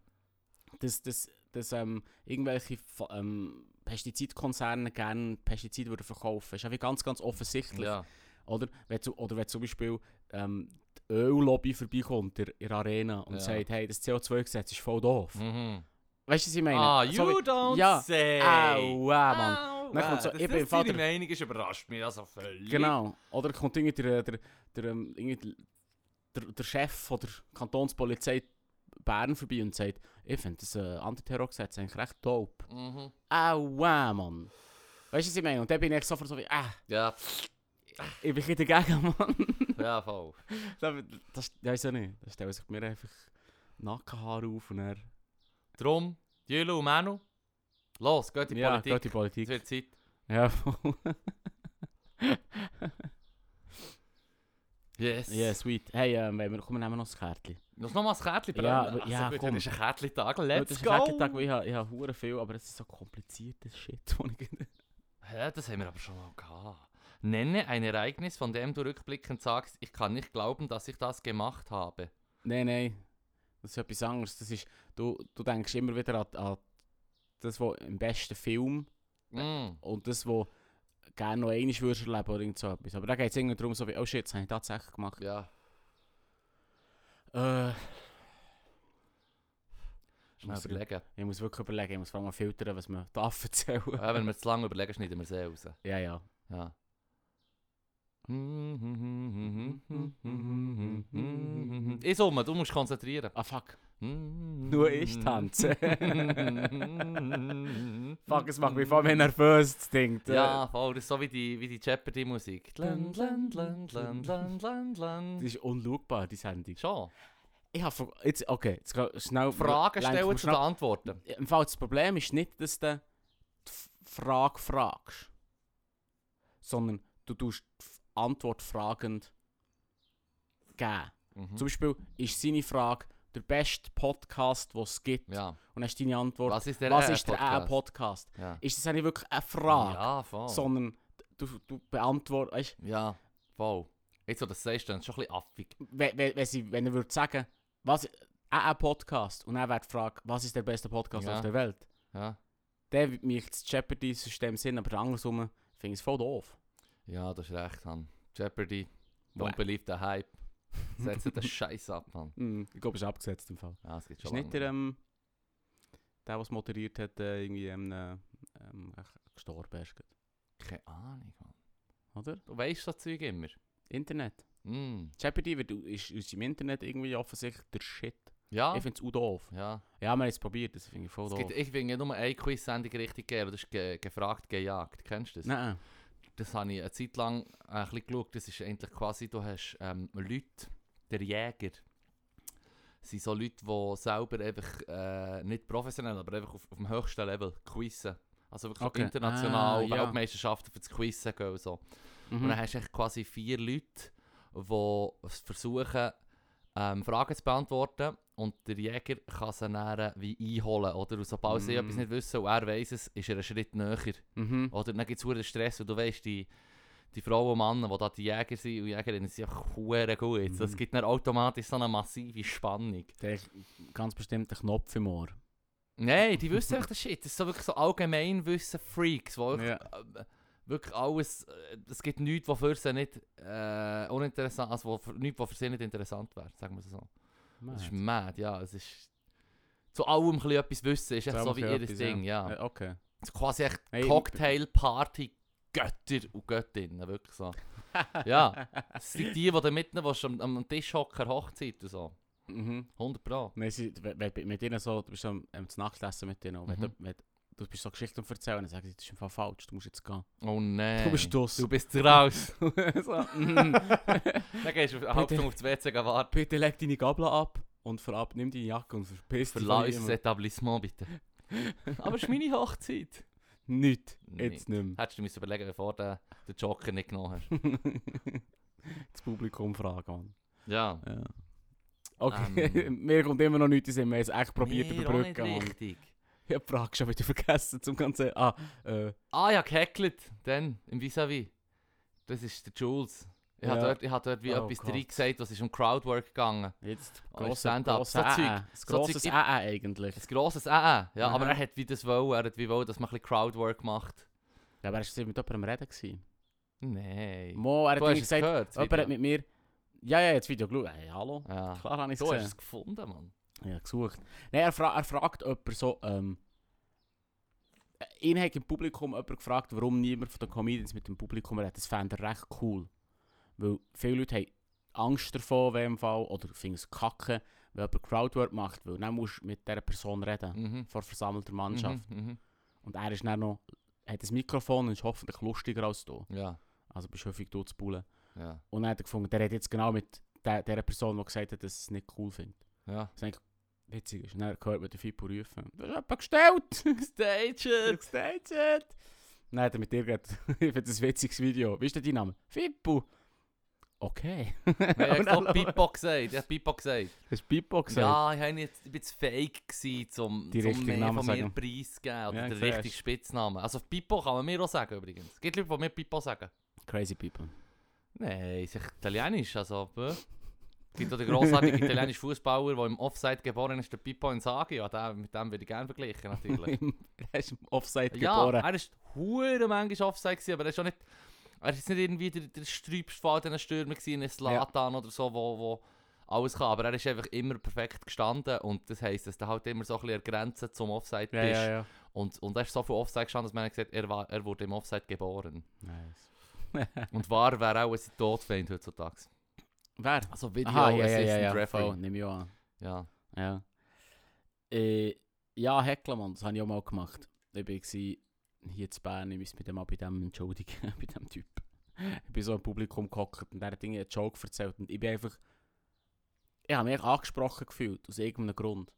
dass, dass, dass ähm, irgendwelche Fa- ähm, Pestizidkonzerne gerne Pestizide würden verkaufen ist ja wie ganz, ganz offensichtlich.
Ja,
Oder, wenn zu, oder wenn zum Beispiel ähm, die Öllobby vorbeikommt in der Arena und
Ja.
sagt, hey, das CO2-Gesetz ist voll doof.
mhm.
Weißt du, was ich meine?
Ah,
So
you
wie-
don't
Ja.
say.
Aua, Mann.
Au,
Dann kommt so,
äh,
ich
dass
bin
das
Vater-
deine Meinung ist, überrascht mich also völlig.
Genau. Oder kommt irgendwie der, der, der, ähm, irgendwie der, der Chef von der Kantonspolizei Bern vorbei und sagt, ich finde das äh, Antiterrorgesetz eigentlich recht dope.
Mhm.
Aua, Mann. Weißt du, was ich meine? Und dann bin ich sofort so wie, ah,
Ja,
ich bin ein bisschen dagegen, Mann.
ja, voll.
das, das, ich weiß ja nicht. Da stellen sich mir einfach Nackenhaare auf und er.
Drum, Jülo und Manu, los, geht in die
Ja,
Politik.
geht die
Es
Politik.
wird Zeit.
Ja, voll.
Yes.
Ja, sweet. Hey, ähm, wenn wir, komm, wir nehmen noch ein Kärtchen.
Musst du noch mal ein Kärtchen
Ja,
brennen? Also
aber- ja,
gut,
komm.
Dann ist ein Kärtchen-Tag,
das
let's
ist
go.
ein Kärtchen-Tag, weil ich habe, ich habe hure viel, aber es ist so kompliziertes Shit, wo ich...
Hä, das haben wir aber schon mal gehabt. Nenne ein Ereignis, von dem du rückblickend sagst, ich kann nicht glauben, dass ich das gemacht habe.
Nein, nein. Das ist etwas anderes. Das ist, du, du denkst immer wieder an, an das, was im besten Film
Mm.
und das, was gerne noch einmal würdest erleben oder irgend so etwas. Aber da geht es irgendwie darum, so wie, oh shit, das habe ich tatsächlich gemacht.
Ja.
Äh,
Schnell
Muss ich-
überlegen.
ich muss wirklich überlegen, ich muss vor allem filtern, was man darf erzählen.
ja, wenn wir zu lange überlegen, schneiden wir sie raus.
ja, ja.
Ja. Ich summe, du musst konzentrieren.
Ah, fuck.
Nur
Nur ich tanze. fuck, es macht mich vor allem nervös, das Ding.
Ja, voll, das ist so wie die, wie die Jeopardy-Musik. Dlan, dlan, dlan, dlan, dlan, dlan,
Das
dlan.
ist unschaubar, die Sendung.
Schon.
Ich habe... ver- Jetzt, okay, jetzt geh- schnell...
Fragen
lenk
stellen
mich
zu
schnell-
den Antworten.
Im Fall das Problem ist nicht, dass du die F- Frage fragst, sondern du tust die F- Antwort fragend geben.
Mhm. Hm.
Zum Beispiel ist seine Frage der beste Podcast, den es gibt.
Ja.
Und hast deine Antwort,
Was ist der
was
äh,
ist der äh, Podcast?
Ja.
Ist das eigentlich wirklich eine Frage,
Ja, voll.
sondern du, du beantwortest, weißt,
Ja, voll. Jetzt, wo du das sagst, dann ist schon ein bisschen affig.
wenn, wenn, wenn, sie, wenn er würde sagen, was äh, äh, Podcast, und dann wäre die Frage, was ist der beste Podcast
Ja.
auf der Welt?
Ja.
Der wird mich das Jeopardy-System Sinn, aber andersrum finde ich es voll doof.
Ja, du hast recht, Han. Jeopardy, don't believe the hype. Setz den Scheiß ab, Mann.
Mm, ich glaube, es ist abgesetzt im Fall.
Ja, es gibt
Ist
schon
nicht
lange.
der, ähm, der, was moderiert hat, äh, irgendwie ähm, äh, ähm, ach, gestorben ist, gerade,
Keine Ahnung, Mann.
oder?
Du weißt so Zeug immer.
Internet.
Mm.
Jeopardy wird, ist, ist im Internet irgendwie offensichtlich der Shit.
Ja,
Ich finde es doof.
ja.
Ja, wir haben es probiert, das finde ich voll
Ah. Es
doof.
gibt, ich finde nur eine Quiz-Sendung richtig gegeben, das ist ge gefragt, gejagt. Kennst du das?
Nein.
Das habe ich eine Zeit lang äh, ein bisschen geschaut. Das ist eigentlich quasi, du hast ähm, Leute, der Jäger, sind so Leute, die selber einfach, äh, nicht professionell, aber einfach auf, auf dem höchsten Level quizzen. Also wirklich
Okay.
international,
Ah, ja.
Weltmeisterschaften für das Quizzen gehen und so.
Mhm.
Und dann hast du echt quasi vier Leute, die s- versuchen, ähm, Fragen zu beantworten. Und der Jäger kann sie dann äh, wie einholen. Oder? Und sobald sie
Mm.
etwas nicht wissen und er weiss es, ist er einen Schritt näher.
Mhm.
Oder dann gibt es einen Stress. Und du weißt, die, die Frauen und Männer, die da die Jäger sind und Jägerinnen, sind ja hure gut. Das
Mhm.
gibt dann automatisch so eine massive Spannung.
Der ist ganz bestimmt ein Knopf im Ohr.
Nein, die wissen echt den Shit. Das ist so wirklich so Allgemeinwissen-Freaks, die
Ja.
äh, wirklich alles. äh, Es gibt nichts, was für sie nicht äh, uninteressant also wo für, nichts, was für sie nicht interessant wäre, sagen wir es so. Das ist mad, ja. Es ist. Zu allem ein bisschen etwas wissen, ist echt so wie ihr Ding, ja.
Äh, Okay.
Es ist quasi echt
Hey,
Cocktail-Party. Götter und Göttinnen, wirklich so. Ja. Es sind die, die da mitten willst, am, am Tisch hocken, Hochzeit und so.
mhm.
100 Pro.
Wir sind- wenn- wenn- wenn mit ihnen so, du bist am ähm, zu Nacht essen mit denen. Und wenn
Mhm.
du, wenn, du bist so Geschichten am erzählen, dann sagen sie, das ist im Fall falsch, du musst jetzt gehen.
Oh nein.
Du bist dus.
Du bist raus.
so, mhm.
Dann gehst du auf eine halbe
Bitte.
Stunde auf das WC gehen warten.
Bitte leg deine Gabel ab und vorab nimm deine Jacke und verpiss dich.
Verlass
von
das Etablissement bitte.
jemandem.
Aber es ist meine Hochzeit.
Nicht.
Nicht.
Jetzt nicht mehr.
Hättest du müssen überlegen, bevor du den Joker nicht genommen hast.
das Publikum fragen. Mann.
Ja.
Ja. Okay, mir kommt immer noch nichts in den Sinn. Wir haben es echt probiert
Mir auch nicht
überbrücken. Mann.
richtig.
Ich habe die Frage schon wieder vergessen zum Ganzen. Ah, äh,
Ah ja, gehackelt. Dann, im Vis-a-vis. Das ist der Jules. Ich
Ja.
habe dort, ich hab dort wie
Oh
etwas
Gott.
drin gesagt, was ist um Crowdwork gegangen.
jetzt
Oh, Stand-up. So
Ä-
Zeug.
Das
So Zeug
grosses Ä
gibt-
Ä eigentlich.
Ein grosses äh, äh. Ja,
Aha.
aber er hat wie das wollen. Er hat wie wollen, dass man ein bisschen Crowdwork macht.
Ja, aber hast du mit jemandem reden gewesen?
Nein.
Mo, er hat
Du hast
irgendwie
es
gesagt,
gehört. das
jemand
Video?
hat mit mir... Ja, ja, das Video geschaut. Hey, hallo.
Ja.
Klar habe ich es
Du hast
gesehen.
es gefunden, Mann.
Ja, gesucht. Nein, er, fra er fragt jemanden so, ähm... äh, Ihn hat im Publikum jemand gefragt, warum niemand von den Comedians mit dem Publikum redet. Das fände er recht cool. Weil viele Leute haben Angst davor, wenn im Fall, oder finden es kacke, wenn jemand Crowdwork macht, weil dann musst du mit dieser Person reden,
Mhm.
vor versammelter Mannschaft.
Mhm, mhm.
Und er ist dann noch, hat ein Mikrofon und ist hoffentlich lustiger als du.
Ja.
Also bist du häufig du zu bullen.
Ja.
Und dann hat er gefunden, der hat jetzt genau mit der, der Person, die gesagt hat, dass sie es nicht cool findet.
Ja.
Das ist eigentlich witzig. Ist. Und dann gehört man den Fippo rufen. Du hast jemanden gestellt!
Staged!
Gestaged! Dann hat er mit dir geredet. Ich finde das ein witziges Video. Wie ist denn dein Name? Fippo! Okay.
Nein, ich
Und
habe
dann-
Pipo gesagt. Ich habe Pipo gesagt.
Hast du Pippo gesagt?
Ja, ich, hab jetzt, ich bin zu fake gewesen, zum,
Die
zum
richtigen
mehr
Namen
von mir
sagen.
preiszugeben. Oder
Ja,
den
ich seh's.
richtigen Spitznamen. Also Pipo kann man mir auch sagen übrigens. Es gibt Leute, die mir Pipo sagen.
Crazy People.
Nein, ist echt italienisch. Also, bö. Es gibt auch den grossartigen italienischen Fußballer, der im Offside geboren ist, der Pipo Inzaghi. Ja, den, mit dem würde ich gerne vergleichen natürlich.
er ist im Offside
Ja,
geboren.
er ist hure manchmal offside gewesen, aber er ist auch nicht, er ist nicht irgendwie der, der Sträubste von all diesen Stürmern gewesen, ein Slatan oder so, wo, wo alles kann, aber er ist einfach immer perfekt gestanden und das heisst, dass du halt immer so ein bisschen an der Grenze zum Offside
Ja,
bist.
ja, ja.
Und, und er ist so viel Offside gestanden, dass man gesagt hat, er, war, er wurde im Offside geboren.
Nice.
und wahr wäre auch ein Todfeind heutzutage.
Wer?
Also Video
Aha, ja, ja,
Assistant
ja, ja.
Referee.
Voll, Nimm ich auch an.
Ja.
Ja. Äh, ja, Hecklermann, das habe ich auch mal gemacht. Ich war hier zu Bern, ich muss mich dann mal bei dem entschuldigen, bei dem Typ. Ich bin so im Publikum gehockt und der hat irgendwie einen Joke erzählt und ich bin einfach... Ich habe mich echt angesprochen gefühlt, aus irgendeinem Grund.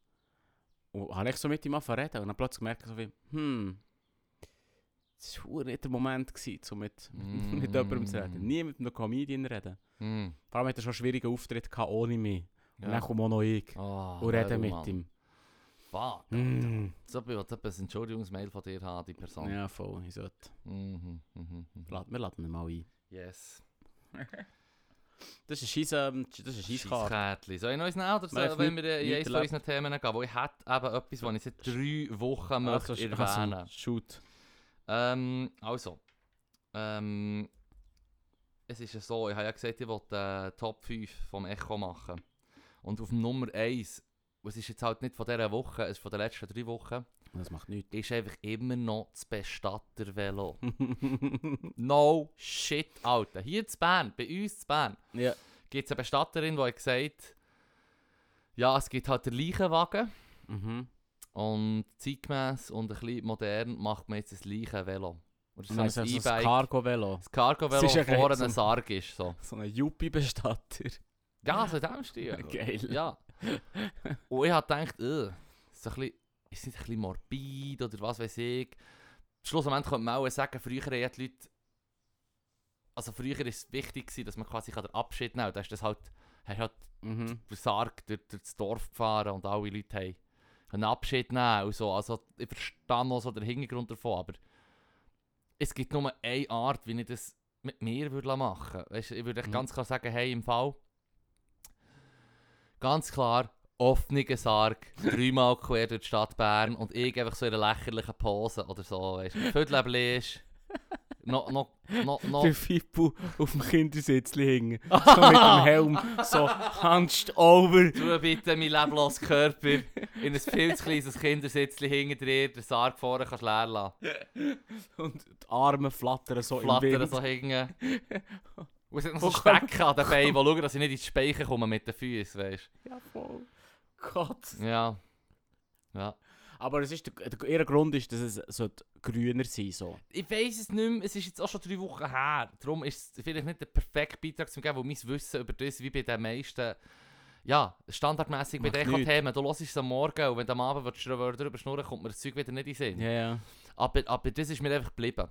Und habe ich so mit ihm angefangen zu reden und dann plötzlich gemerkt, so wie, hm... Das war nicht der Moment, gewesen, um mit,
Mm.
mit jemandem zu reden. Nie mit einem Comedian reden.
Hm.
Vor allem hat er schon einen schwierigen Auftritt gehabt, ohne mich.
ja.
Und dann komme auch noch ich.
Ah,
und rede
Leru,
mit
Mann.
ihm.
Fuck.
Mm.
So, ich wollte etwas Entschuldigungsmail von dir haben, die Person.
Ja, voll. Ich sollte.
Mhm, mhm, mhm.
Lad, wir laden ihn mal ein.
Yes.
Das ist scheiß, ähm, das ist eine Scheisskarte.
Scheisskärtli. Soll ich noch eins nehmen oder so,
Nein, ich hab
wenn
nicht-
wir in
nicht
eins von
erlebt.
unseren Themen gehen? Weil ich hätte eben etwas, was ich seit drei Wochen möchte erwähnen
also, shoot.
Ähm, also. Ähm, es ist ja so, ich habe ja gesagt, ich wollte äh, Top 5 vom Echo machen. Und auf Nummer 1, es ist jetzt halt nicht von dieser Woche, es ist von den letzten drei Wochen,
Das macht nichts.
ist einfach immer noch das Bestatter-Velo.
Hm. ja.
No shit, Alter. Hier in Bern, bei uns in Bern. gibt es eine Bestatterin, die hat gesagt ja, es gibt halt den Leichenwagen
Mhm.
und zeitgemäß und ein bisschen modern macht man jetzt ein Leichenvelo. Oder so
Und dann ist
ein
das
E-Bike.
Cargo-Velo.
das Cargo-Velo,
Das ist ja
das vorne
so-
ein Sarg ist. So.
So ein Yuppie-Bestatter.
Ja, so in dem Stil.
Geil.
Ja. Und ich habe gedacht, äh, ist, doch ein bisschen, ist nicht ein bisschen morbid oder was weiß ich. Schlussendlich könnte man auch sagen, früher haben ja die Leute. Also früher war es wichtig, gewesen, dass man quasi den Abschied nehmen kann. Da ist das halt, hast halt
Mhm.
den Sarg durch, durch das Dorf gefahren und alle Leute haben einen Abschied nehmen und so. Also ich verstehe noch so den Hintergrund davon, aber es gibt nur eine Art, wie ich das mit mir würde machen würde. Weißt, du, ich würde echt
Mhm.
ganz klar sagen, hey, im Fall ganz klar offenen Sarg, dreimal quer durch die Stadt Bern und ich einfach so in einer lächerlichen Pose oder so, weißt du, Viertel ist, noch, noch, noch, noch,
Der Fippo auf dem Kindersitzli hängen. So mit dem Helm, so hunched over.
Du bitte mein leblosen Körper in ein viel zu kleines Kindersitzchen hinter dir, den Sarg vorne kannst leer lassen.
Und die Arme flattern so im
Flattern
Wind.
so hinten. Und es hat noch so
Wo
Speck an den Beinen, wo schauen, dass ich nicht in die Speichen komme mit den Füßen, weißt
Ja, voll. Gott.
du. Ja. Ja.
Aber es ist, der, der, ihr Grund ist, dass es so grüner sein soll.
Ich weiss es nicht mehr, es ist jetzt auch schon drei Wochen her. Darum ist es vielleicht nicht der perfekte Beitrag zu geben, weil mein Wissen über das, wie bei den meisten, ja, standardmäßig bei
Macht
den
nichts.
Themen, du hörst es am Morgen und wenn du am Abend willst, darüber schnurren kommt mir das Zeug wieder nicht in den Sinn.
Ja, ja.
Aber, aber das ist mir einfach geblieben.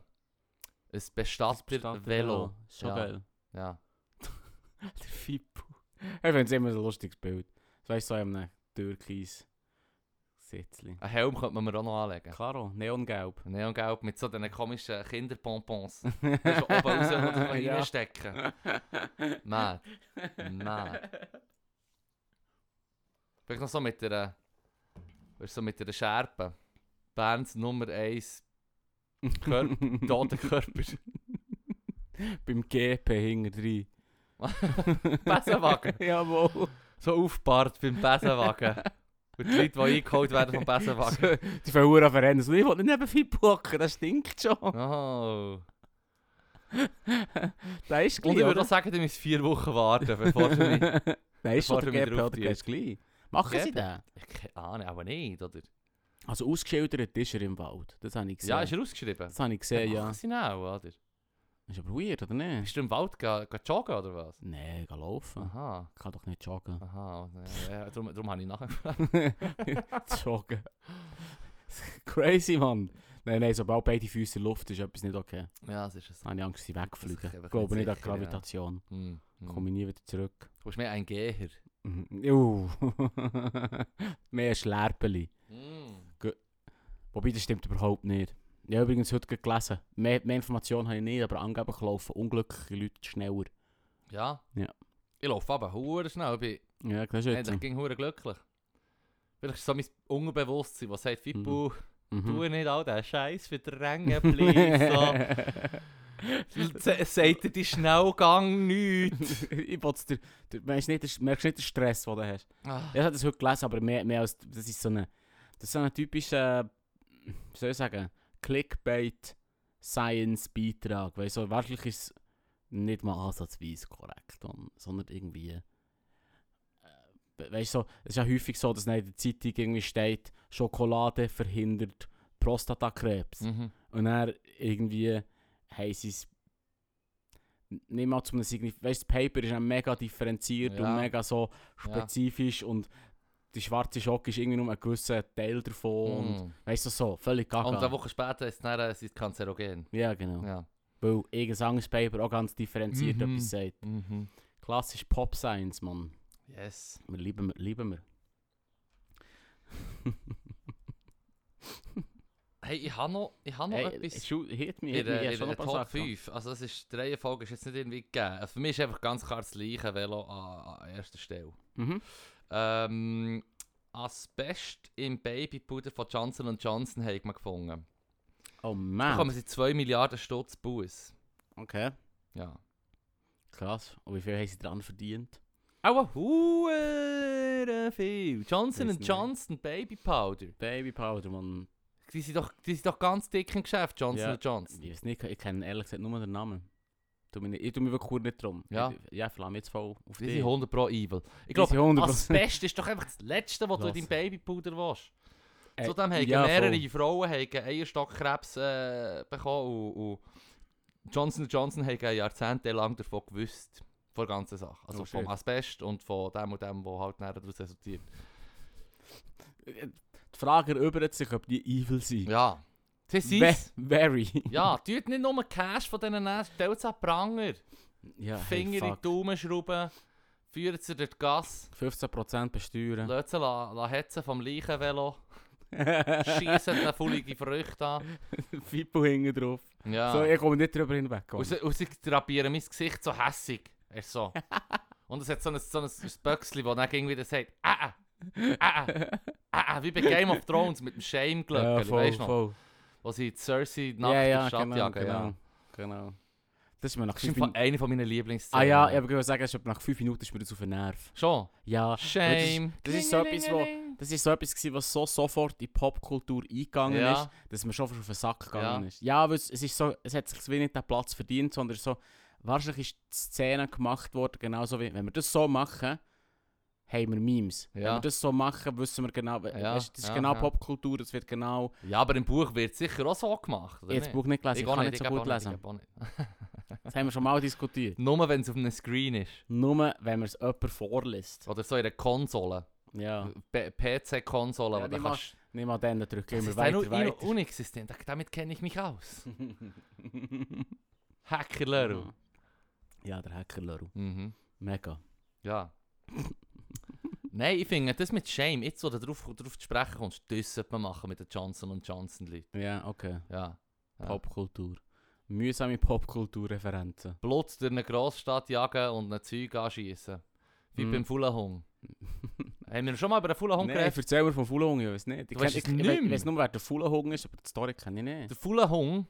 Es
Das
besteht der
besteht
Velo.
So
Ja.
geil.
Ja.
Der Fippo. Ich finde es immer so ein lustiges Bild. So ist so in einem türkis Sitzli.
Ein Helm könnte man mir auch noch anlegen.
Karo, neongelb.
Neongelb mit so diesen komischen Kinderpompons. Das ist oben raus, wo du
Ja.
reinstecken Mad. Mad. Vielleicht noch so mit der, weißt, du, so mit der Schärpe. Bands Nummer 1, Körper, toter Körper.
Beim GP hinten drin.
Besenwagen.
Jawohl.
So aufgebahrt beim Besenwagen. Und die Leute, die eingeholt werden vom Besenwagen.
So, Die verhuren verrennen. So, ich will nicht neben Fippo hocken, das stinkt schon.
Oh. Und
Der ist gleich,
ich würde
oder?
auch sagen, du musst vier Wochen warten, bevor du mich...
Der ist schon
bevor
der
er wieder
GP, oder?
auftritt.
Der ist gleich. Machen sie
GP?
den?
Keine Ahnung, aber nicht, oder?
Also ausgeschildert ist er im Wald. Das habe ich gesehen.
Ja, ist er ausgeschrieben?
Das habe ich gesehen,
Machen
ja.
sie auch, oder?
Ist aber weird, oder nicht?
Bist du im Wald ge ge joggen, oder was?
Nee, geh laufen.
Aha,
Ich kann doch nicht joggen.
aha. also, Ja, ja, darum, darum habe ich nachher...
joggen. Crazy, Mann. Nein, nein, sobald beide Füße in der Luft ist etwas nicht okay.
Ja, das ist es.
Habe ich Angst, dass sie
Das ist
wegfliegen.
einfach
Ich glaube
nicht
nicht an
sicher, ja.
Gravitation.
Hm, hm.
Komme ich nie wieder zurück.
Du bist mehr ein Geher.
Mhm. Uh. Mehr Schlerpeli.
Hm.
Wobei, das stimmt überhaupt nicht. Ich habe übrigens heute gerade gelesen. Mehr, mehr Informationen habe ich nicht, aber angeblich laufen unglückliche Leute schneller.
Ja?
Ja.
Ich laufe aber hure schnell, ich bin
Ja, das ist jetzt.
endlich ging hure glücklich. Vielleicht ist es so mein Unbewusstsein, was sagt, Fippo,
Mhm.
tu nicht all den Scheiß verdrängen, please. so. Se- Sagt dir die Schnellgang nichts?
ich will's dir, du merkst nicht, den- merkst nicht den Stress, den du hast.
Ah,
Ich habe das heute gelesen, aber mehr, mehr als. Das ist so eine. Das ist so ein typischer. Wie soll ich sagen? Clickbait-Science-Beitrag. Weißt du, so wirklich ist es nicht mal ansatzweise korrekt, und, sondern irgendwie. äh, we- Weißt du, so, es ist ja häufig so, dass dann in der Zeitung irgendwie steht, Schokolade verhindert Prostatakrebs.
mhm.
Und dann irgendwie haben sie es nicht mal zu einem Signif Weißt du, das Paper ist dann mega differenziert
Ja.
und mega so spezifisch und die schwarze Schocke ist irgendwie nur ein gewisser Teil davon. Und,
Mm.
weißt du, so, völlig gaga.
Und eine Woche später ist es dann, äh, es ist kanzerogen.
Ja, genau.
Ja.
Weil irgendein anderes Paper auch ganz differenziert
Mhm.
etwas sagt.
Mhm.
Klassisch Pop Science, Mann.
Yes.
Wir lieben wir, lieben wir.
Hey, ich habe noch, ich habe noch
Hey,
etwas
shoot, hit me,
in
hit me.
der,
Ich
in
hab schon
der
noch ein paar
Top
Sachen.
5. Also es ist, die Reihenfolge ist jetzt nicht irgendwie gegeben. Also für mich ist einfach ganz klar das gleiche Velo an, an erster Stelle.
Mhm.
Ähm, Asbest im Babypuder von Johnson Johnson hat man gefunden.
Oh
Da kommen
man.
sie 2 Milliarden Stutz Buß.
Okay,
Ja.
krass. Und wie viel haben sie dran verdient?
Aua, hure viel. Johnson
Weiss nicht.
Johnson Baby Powder.
Baby Powder, Mann.
Die sind doch, die sind doch ganz dick im Geschäft, Johnson
Ja.
Johnson.
Ich weiß nicht, ich kenne ehrlich gesagt nur den Namen. Tu mich nicht, ich tue mich wirklich nicht drum.
Ja.
Ich, ja, verlasse mich jetzt voll auf
Die
dich.
sind 100 pro evil.
Die
Ich glaube,
sind 100%.
das Beste ist doch einfach das Letzte, was du in
Lass.
deinem Babypuder willst.
Äh,
Zudem haben
ja,
mehrere
voll.
Frauen haben Eierstockkrebs äh, bekommen und, und Johnson Johnson haben jahrzehntelang davon gewusst. von der ganzen Sache. Also
Oh,
vom
shit.
Asbest und von dem und dem, was halt näher daraus resultiert.
Die Frage erübrigt sich, ob die evil sind.
Ja. Das
Ve-
ist
Very.
Ja, tut nicht nur Cash von diesen Näschen, stellt es an den Pranger.
ja hey,
Finger in die
fuck.
Daumen schrauben, führt sie durch die Gasse,
15% besteuern.
lässt sie la, la hetzen vom Leichenvelo,
Scheiße.
schießt eine fullige Früchte an.
Fippo hinten drauf.
Ja.
So, ich komme nicht drüber hinweg. komm.
Und sie, und sie drapieren mein Gesicht so hässig. Er so. Und es hat so ein, so ein Spöckchen, das dann irgendwie das sagt, ah, ah, ah, ah, ah, wie bei Game of Thrones mit dem
ja,
Shame-Glöckchen,
voll,
weißt du noch?
voll.
Wo sie die Cersei nachts
ja,
durch
ja,
die Stadt
genau,
jagen.
genau,
Ja. nou.
genau. Das ist mir nach
Das ist im
fünf
Fall
Minuten...
eine von meiner Lieblingsszenen.
Ah ja, ich wollte sagen, es ist nach fünf Minuten ist mir das auf den Nerv.
Schon?
Ja.
Shame.
das ist so etwas, wo- Das ist so etwas, gewesen, was so sofort in die Popkultur eingegangen
Ja.
ist, dass man schon fast auf den Sack gegangen
Ja.
ist. Ja, weil es, es, ist so, es hat sich wie nicht den Platz verdient, sondern so, wahrscheinlich ist die Szene gemacht worden, genauso wie, wenn wir das so machen, haben wir Memes. Wenn
Ja.
wir das so machen, wissen wir genau, we-
Ja,
weisst, das ist
ja,
genau
ja.
Popkultur, das wird genau,
Ja, aber im Buch wird es sicher auch so gemacht. Oder
jetzt
nicht?
brauche ich nicht lesen, ich,
auch
kann nicht so
ich
gut
auch nicht,
lesen.
ich auch nicht.
Das haben wir schon mal diskutiert.
Nur wenn es auf einem Screen ist.
Nur, wenn man es jemand vorliest.
Oder so in einer Konsole.
Ja,
PC-Konsole.
Ja,
wo
die
du kannst-
nicht mal dann drücken,
Das
immer
ist ja Also nur
weiter,
in-
weiter.
unexistent. Damit kenne ich mich aus. Hackerler.
ja, der Hacker Leru.
Mhm.
Mega.
Ja. Nein, ich finde, das mit Shame, jetzt, wo du darauf drauf zu sprechen kommst, das sollte man machen mit den Johnson Johnson-Leuten.
Ja, okay.
Ja. Ja.
Popkultur. Mühsame Popkulturreferenzen.
Blut durch eine Grossstadt jagen und ein Zeug anschießen. Wie
Mhm.
beim Fulahung. Haben wir schon mal über den Fulahung
Nein,
geredet?
erzähl mir vom Fulahung, ich weiß nicht. Ich,
Du weisst
kenn- ich,
es
ich,
nicht
ich
mehr.
weiß nur, wer der Fulahung ist, aber die Story kenne ich nicht.
Der Fulahung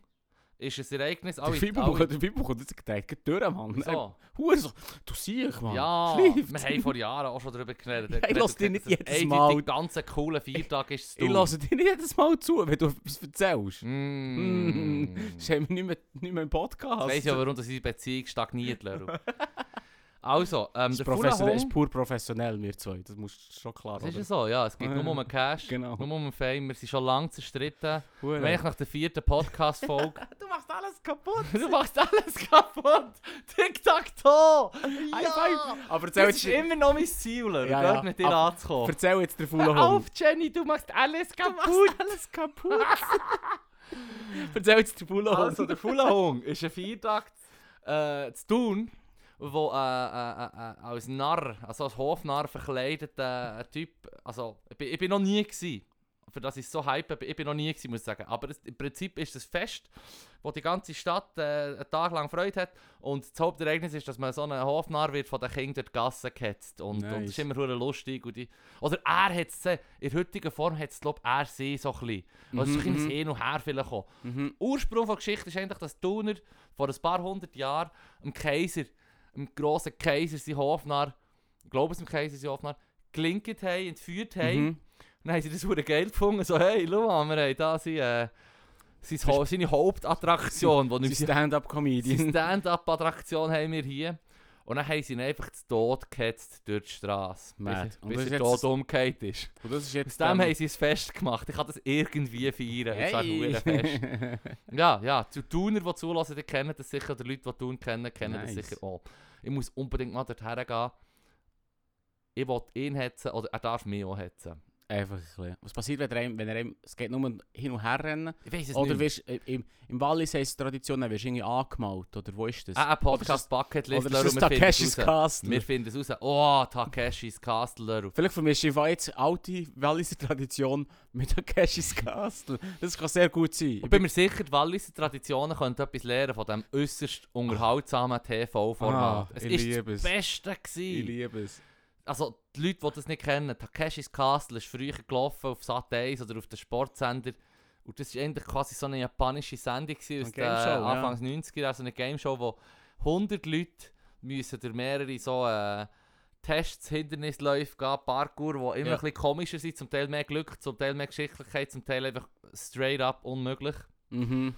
ist ein Ereignis.
Der
alle-
Fibel
alle-
kommt- der Fibel kommt jetzt direkt durch, Mann. Ey,
So.
Hurensohn, du siehst, Mann.
Ja,
Schleift.
wir haben vor Jahren auch schon darüber geredet.
ich lass dich nicht jedes Mal.
Die ganze coole Feiertag ist es
Ich lasse dir nicht jedes Mal zu, wenn du etwas erzählst. Mm.
Mm.
Das haben wir nicht mehr, nicht mehr im Podcast.
Ich weiss ja, warum dass unsere Beziehung stagniert, Leru. Also, ähm, der
Das ist, professionell, ist
Fulahung...
pur professionell, wir zwei. Das musst du schon klar
Das ist ja
haben.
so, ja. Es geht nur um den Cash,
Ah, Genau.
nur um den Fame. Wir sind schon lange zerstritten.
Hure.
Wenn ich nach der vierten Podcast-Folge
Du machst alles kaputt.
Du machst alles kaputt! Tic-Tac-Toe!
High
Ja!
five. Aber erzähl
Das ist
jetzt,
immer noch mein Ziel, Leru,
Ja,
dort
ja.
mit dir
Aber-
anzukommen.
erzähl jetzt der
Hör
Fulahung.
auf, Jenny, du machst alles kaputt!
alles kaputt. Erzähl jetzt den Fulahorn.
Also, der Fulahung ist ein Viertakt äh, zu tun, wo äh, äh, äh, äh, als Narr, also als Hofnarr verkleideter äh, ein Typ, also ich bin, ich bin noch nie gsi, für das ich so hype bin, ich bin noch nie gsi, muss ich sagen. Aber es, im Prinzip ist das Fest, wo die ganze Stadt äh, einen Tag lang Freude hat und das Hauptereignis ist, dass man so einen Hofnarr wird von den Kindern die Gassen gehetzt und, und es
Nice.
ist immer verdammt lustig und die, oder er hat es, in der heutigen Form hat es glaube er sie so ein bisschen, also so ein
Mhm,
bisschen
mhm.
das Hin und Her vielleicht auch.
Mhm.
Ursprung der Geschichte ist eigentlich, dass die Thuner vor ein paar hundert Jahren dem Kaiser, dem grossen Kaiser, sein Hofnarr, ich glaube es dem Kaiser, sein Hofnarr, gelinkt haben, entführt haben.
Mhm.
Dann haben sie das wurde geil gefunden, so hey, schau mal, wir haben da seine, äh, sein Ho- seine Hauptattraktion, die
Sie
nicht seine
Stand-up-Comedian.
Stand-Up-Attraktion haben wir hier. Und dann haben sie ihn einfach zu Tod gehetzt durch die Straße,
Mad.
bis, er-
Und das
bis
ist
er
jetzt-
tot umgekehrt ist.
Und das ist
Aus
jetzt...
dem haben sie es fest gemacht. Ich kann das irgendwie feiern. Das war ein Fest. Ja, ja, zu Thuner, die zulassen, die kennen das sicher, oder Leute, die Thun kennen, kennen das
Nice.
sicher auch. Ich muss unbedingt mal dorthin gehen. Ich will ihn hetzen, oder er darf mich auch hetzen.
Einfach ein bisschen. Was passiert, wenn er ihm... Wenn er ihm es geht nur um hin und her rennen.
Ich weiß es
Oder
nicht.
wirst, äh, im, im Wallis heisst es Tradition, dann wirst du irgendwie angemalt. Oder wo ist das?
Ah, ein
Oder ist
Podcast
Oder
Bucketlist,
ist das
Leru, wir finden
Takeshis
es raus.
Castle?
Wir finden es raus. Oh, Takeshis Castle, Leru.
Vielleicht vermische ich jetzt alte Walliser Tradition mit Takeshis Castle. Das kann sehr gut sein.
Ich bin mir sicher, die Walliser Traditionen könnten etwas lernen von diesem äußerst unterhaltsamen
Ah,
TV-Format. es
ich
ist
liebe
das
es.
Beste
Ich
gewesen.
liebe es.
Also, die Leute, die das nicht kennen, Takeshis Castle ist früher gelaufen auf Sat 1 oder auf den Sportsender. Und das war eigentlich quasi so eine japanische Sendung gewesen, aus den
Eine Gameshow, ja.
Anfangs 90er, also eine Game Show, wo 100 Leute müssen durch mehrere so äh, Tests, Hindernisläufe gehen, Parkour, wo immer
Ja.
ein bisschen komischer sind, zum Teil mehr Glück, zum Teil mehr Geschicklichkeit, zum Teil einfach straight up unmöglich.
Mhm.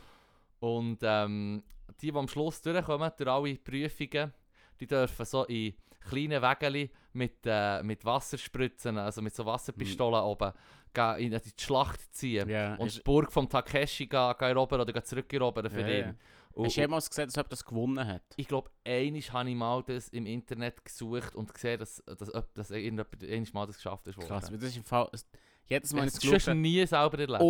Und ähm, die, die am Schluss durchkommen, durch alle Prüfungen, die dürfen so in kleinen Wägelchen mit, äh, mit Wasserspritzen, also mit so Wasserpistolen oben, gehen in äh, die Schlacht ziehen.
Hm. Ja,
Und
ist-
die Burg vom Takeshi gehen, gehen erobern oder gehen zurückerobern für
Ja,
ihn.
ja.
Und-
Hast du jemals gesehen, dass jemand das gewonnen hat?
ich glaube, einmal habe ich mal das im Internet gesucht und gesehen, dass, dass, ob- dass irgendjemand einmal mal das geschafft ist. worden.
Krass, weil das ist im Fall... es- Jedes
Ich
Mal,
habe
wenn
es
ich es geschaut
schon nie selber erlebt.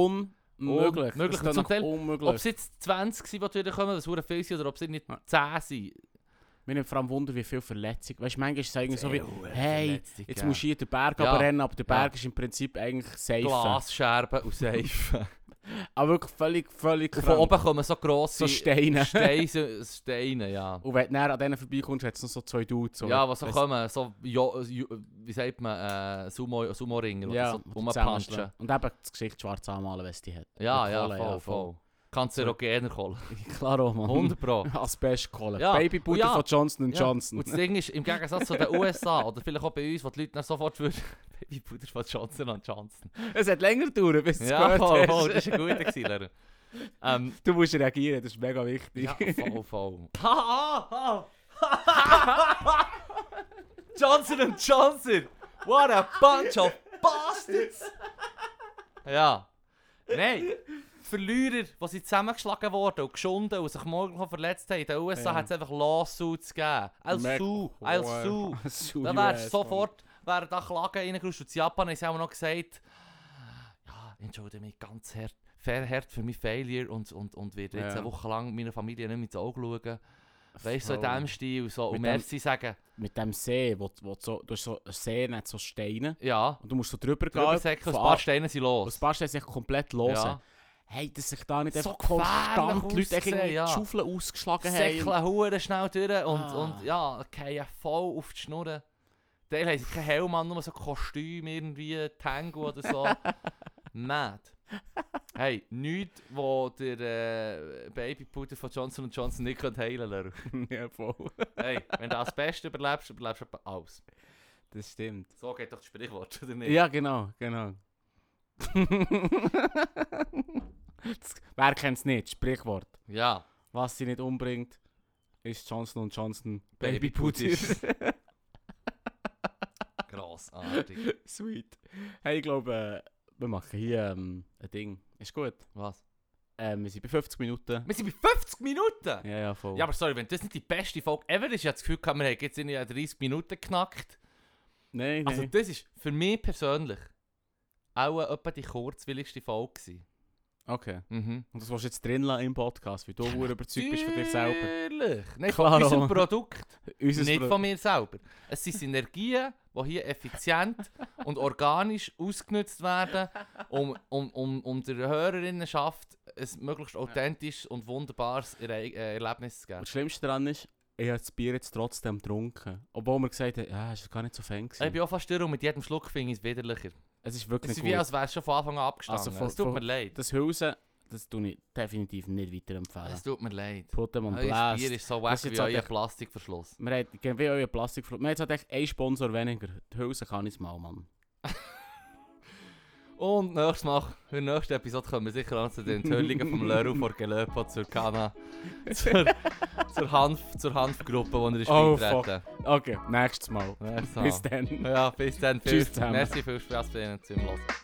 Unmöglich.
Unmöglich.
Das ist
Zum Teil-
unmöglich.
Ob es jetzt 20 waren, die wiederkommen, das ist viel, sind, oder ob es nicht
Ja.
10 sind.
Mir nimmt vor allem Wunder, wie viel Verletzung. Weißt du, manchmal ist es eigentlich so wie, hey, jetzt
musst
musst du hier den Berg
Ja.
aber rennen, aber der
Ja.
Berg ist im Prinzip eigentlich safe.
Glasscherben und Seifen.
Aber wirklich völlig, völlig
und von
krank.
oben kommen so grosse
so Steine.
Steine, Steine, ja.
Und wenn du näher an denen vorbeikommst, hat es noch so zwei Dudes. oder?
Ja, was so
Weißt-
kommen, so, jo, ju- wie sagt man, äh, Sumo- Sumo-Ringer, die
Ja,
so
die
rumpunchen.
zusammenschlagen. Und eben das Gesicht schwarz anmalen, wenn es die hat.
Ja,
Mit
ja,
Kohle,
voll,
ja, voll.
voll. Kanzerogener Kohle.
Klar, auch, Mann.
100 pro.
Asbestkohle.
oh Ja. Oh
Babybutter
Ja.
von Johnson
Ja.
Johnson.
Und das Ding ist, im Gegensatz zu den USA oder vielleicht auch bei uns, wo die Leute dann sofort würden, Babypuder von Johnson an Johnson.
Es hat länger gedauert, bis du es
Ja, oh, voll,
gehört
voll,
hast.
das ist ein guter Xiller. Ähm,
Du musst reagieren, das ist mega wichtig.
ja, voll, voll. Ha, ha, ha. Johnson and Johnson! What a bunch of bastards! Ja. Nein, die Verlierer, die sind zusammengeschlagen worden und geschunden und sich morgen verletzt haben, in den USA
Ja.
hat es einfach Lawsuits gegeben. El
Mega-
Su, El Su.
Su,
Da
US,
wärst du
Mann.
sofort, wären da Klagen reingerutscht. Und in Dus Japan haben sie auch noch gesagt, ja, entschuldige mich ganz hart, fair hart für mein Failure und, und, und werde jetzt
Ja.
eine Woche lang meiner Familie nicht mehr ins Auge schauen. Weißt du, so in
Voll.
diesem Stil so. Und
Mit dem-
Merci sagen,
mit dem See, wo, wo so, du hast so einen See, der hat so Steine
ja,
und du musst so drüber,
drüber
gehen.
säckeln, ein
von
paar
A-
Steine sind
und Ein
los.
paar Steine sich komplett los.
Ja.
Hey, dass sich da nicht
So
einfach konstant
gefährlich
die Leute
ausgesehen,
irgendwie
ja.
die Schaufeln ausgeschlagen haben.
Säckeln Huren schnell durch und,
Ah.
und ja, fallen voll auf die Schnurren. Teil haben sie keinen Helm an, nur so Kostüm, irgendwie Tango oder so. Mad. Hey, nichts, wo der äh, Babypuder von Johnson Johnson nicht könnte heilen kann.
ja, voll.
Hey, wenn du das Beste überlebst, überlebst du etwa alles.
Das stimmt.
So geht doch das Sprichwort, oder nicht?
Ja, genau, genau. Das- Wer kennt es nicht? Sprichwort.
ja.
Was sie nicht umbringt, ist Johnson Johnson
Babypuder.
Babypuder.
Grossartig.
Sweet. Hey, ich glaube, äh, wir machen hier ähm, ein Ding. Ist gut.
Was?
Ähm, wir sind bei 50 Minuten.
Wir sind bei 50 Minuten!
Ja, ja, voll.
Ja, aber sorry, wenn das nicht die beste Folge ever ist, ich habe das Gefühl, gehabt, wir haben jetzt in 30 Minuten geknackt.
nein, nein.
Also das ist für mich persönlich auch äh, etwa die kurzwilligste Folge gewesen.
okay.
Mhm.
Und das willst du jetzt drin lassen im Podcast, weil du ja, überzeugt bist von dir selber.
Natürlich. Nein,
Klar.
von unserem Produkt,
Unser
nicht
Pro-
von mir selber. Es sind Synergien, die hier effizient und organisch ausgenutzt werden, um, um, um, um der Hörerinnenschaft ein möglichst authentisches und wunderbares Erei- äh, Erlebnis zu
Und
geben.
das Schlimmste daran ist, ich habe das Bier jetzt trotzdem getrunken. Obwohl wir gesagt haben, ja, es war gar nicht so Fan.
Ich
gewesen.
bin auch fast dürr und mit jedem Schluck finde ich es widerlicher.
Es ist wirklich
Es ist
nicht
wie,
gut.
als wärst du schon von Anfang an abgestanden.
Also von-
es tut
von-
mir leid.
Das Hülsen, das tue ich definitiv nicht weiterempfehlen.
Es tut mir leid.
Putem und
Euer Bier
Blast.
ist so
Das
wack
ist jetzt
wie
halt
euer
echt-
Plastikverschluss.
Wir haben gegen wie euer Plastikflug. Wir haben jetzt halt echt einen Sponsor weniger. Die Hülsen kann ich mal, Mann.
Und nächstes Mal, in der nächsten Episode kommen wir sicher an zu den Enthüllungen vom Leru vor Gelöpo zur Kana, zur, zur, Hanf, zur Hanfgruppe, die er ist
Oh,
beitreten.
Okay, nächstes Mal.
Nächstes Mal.
Bis dann.
Nou Ja, bis dann. Viel,
Tschüss zusammen.
Merci, viel Spaß bei Ihnen zum Hören.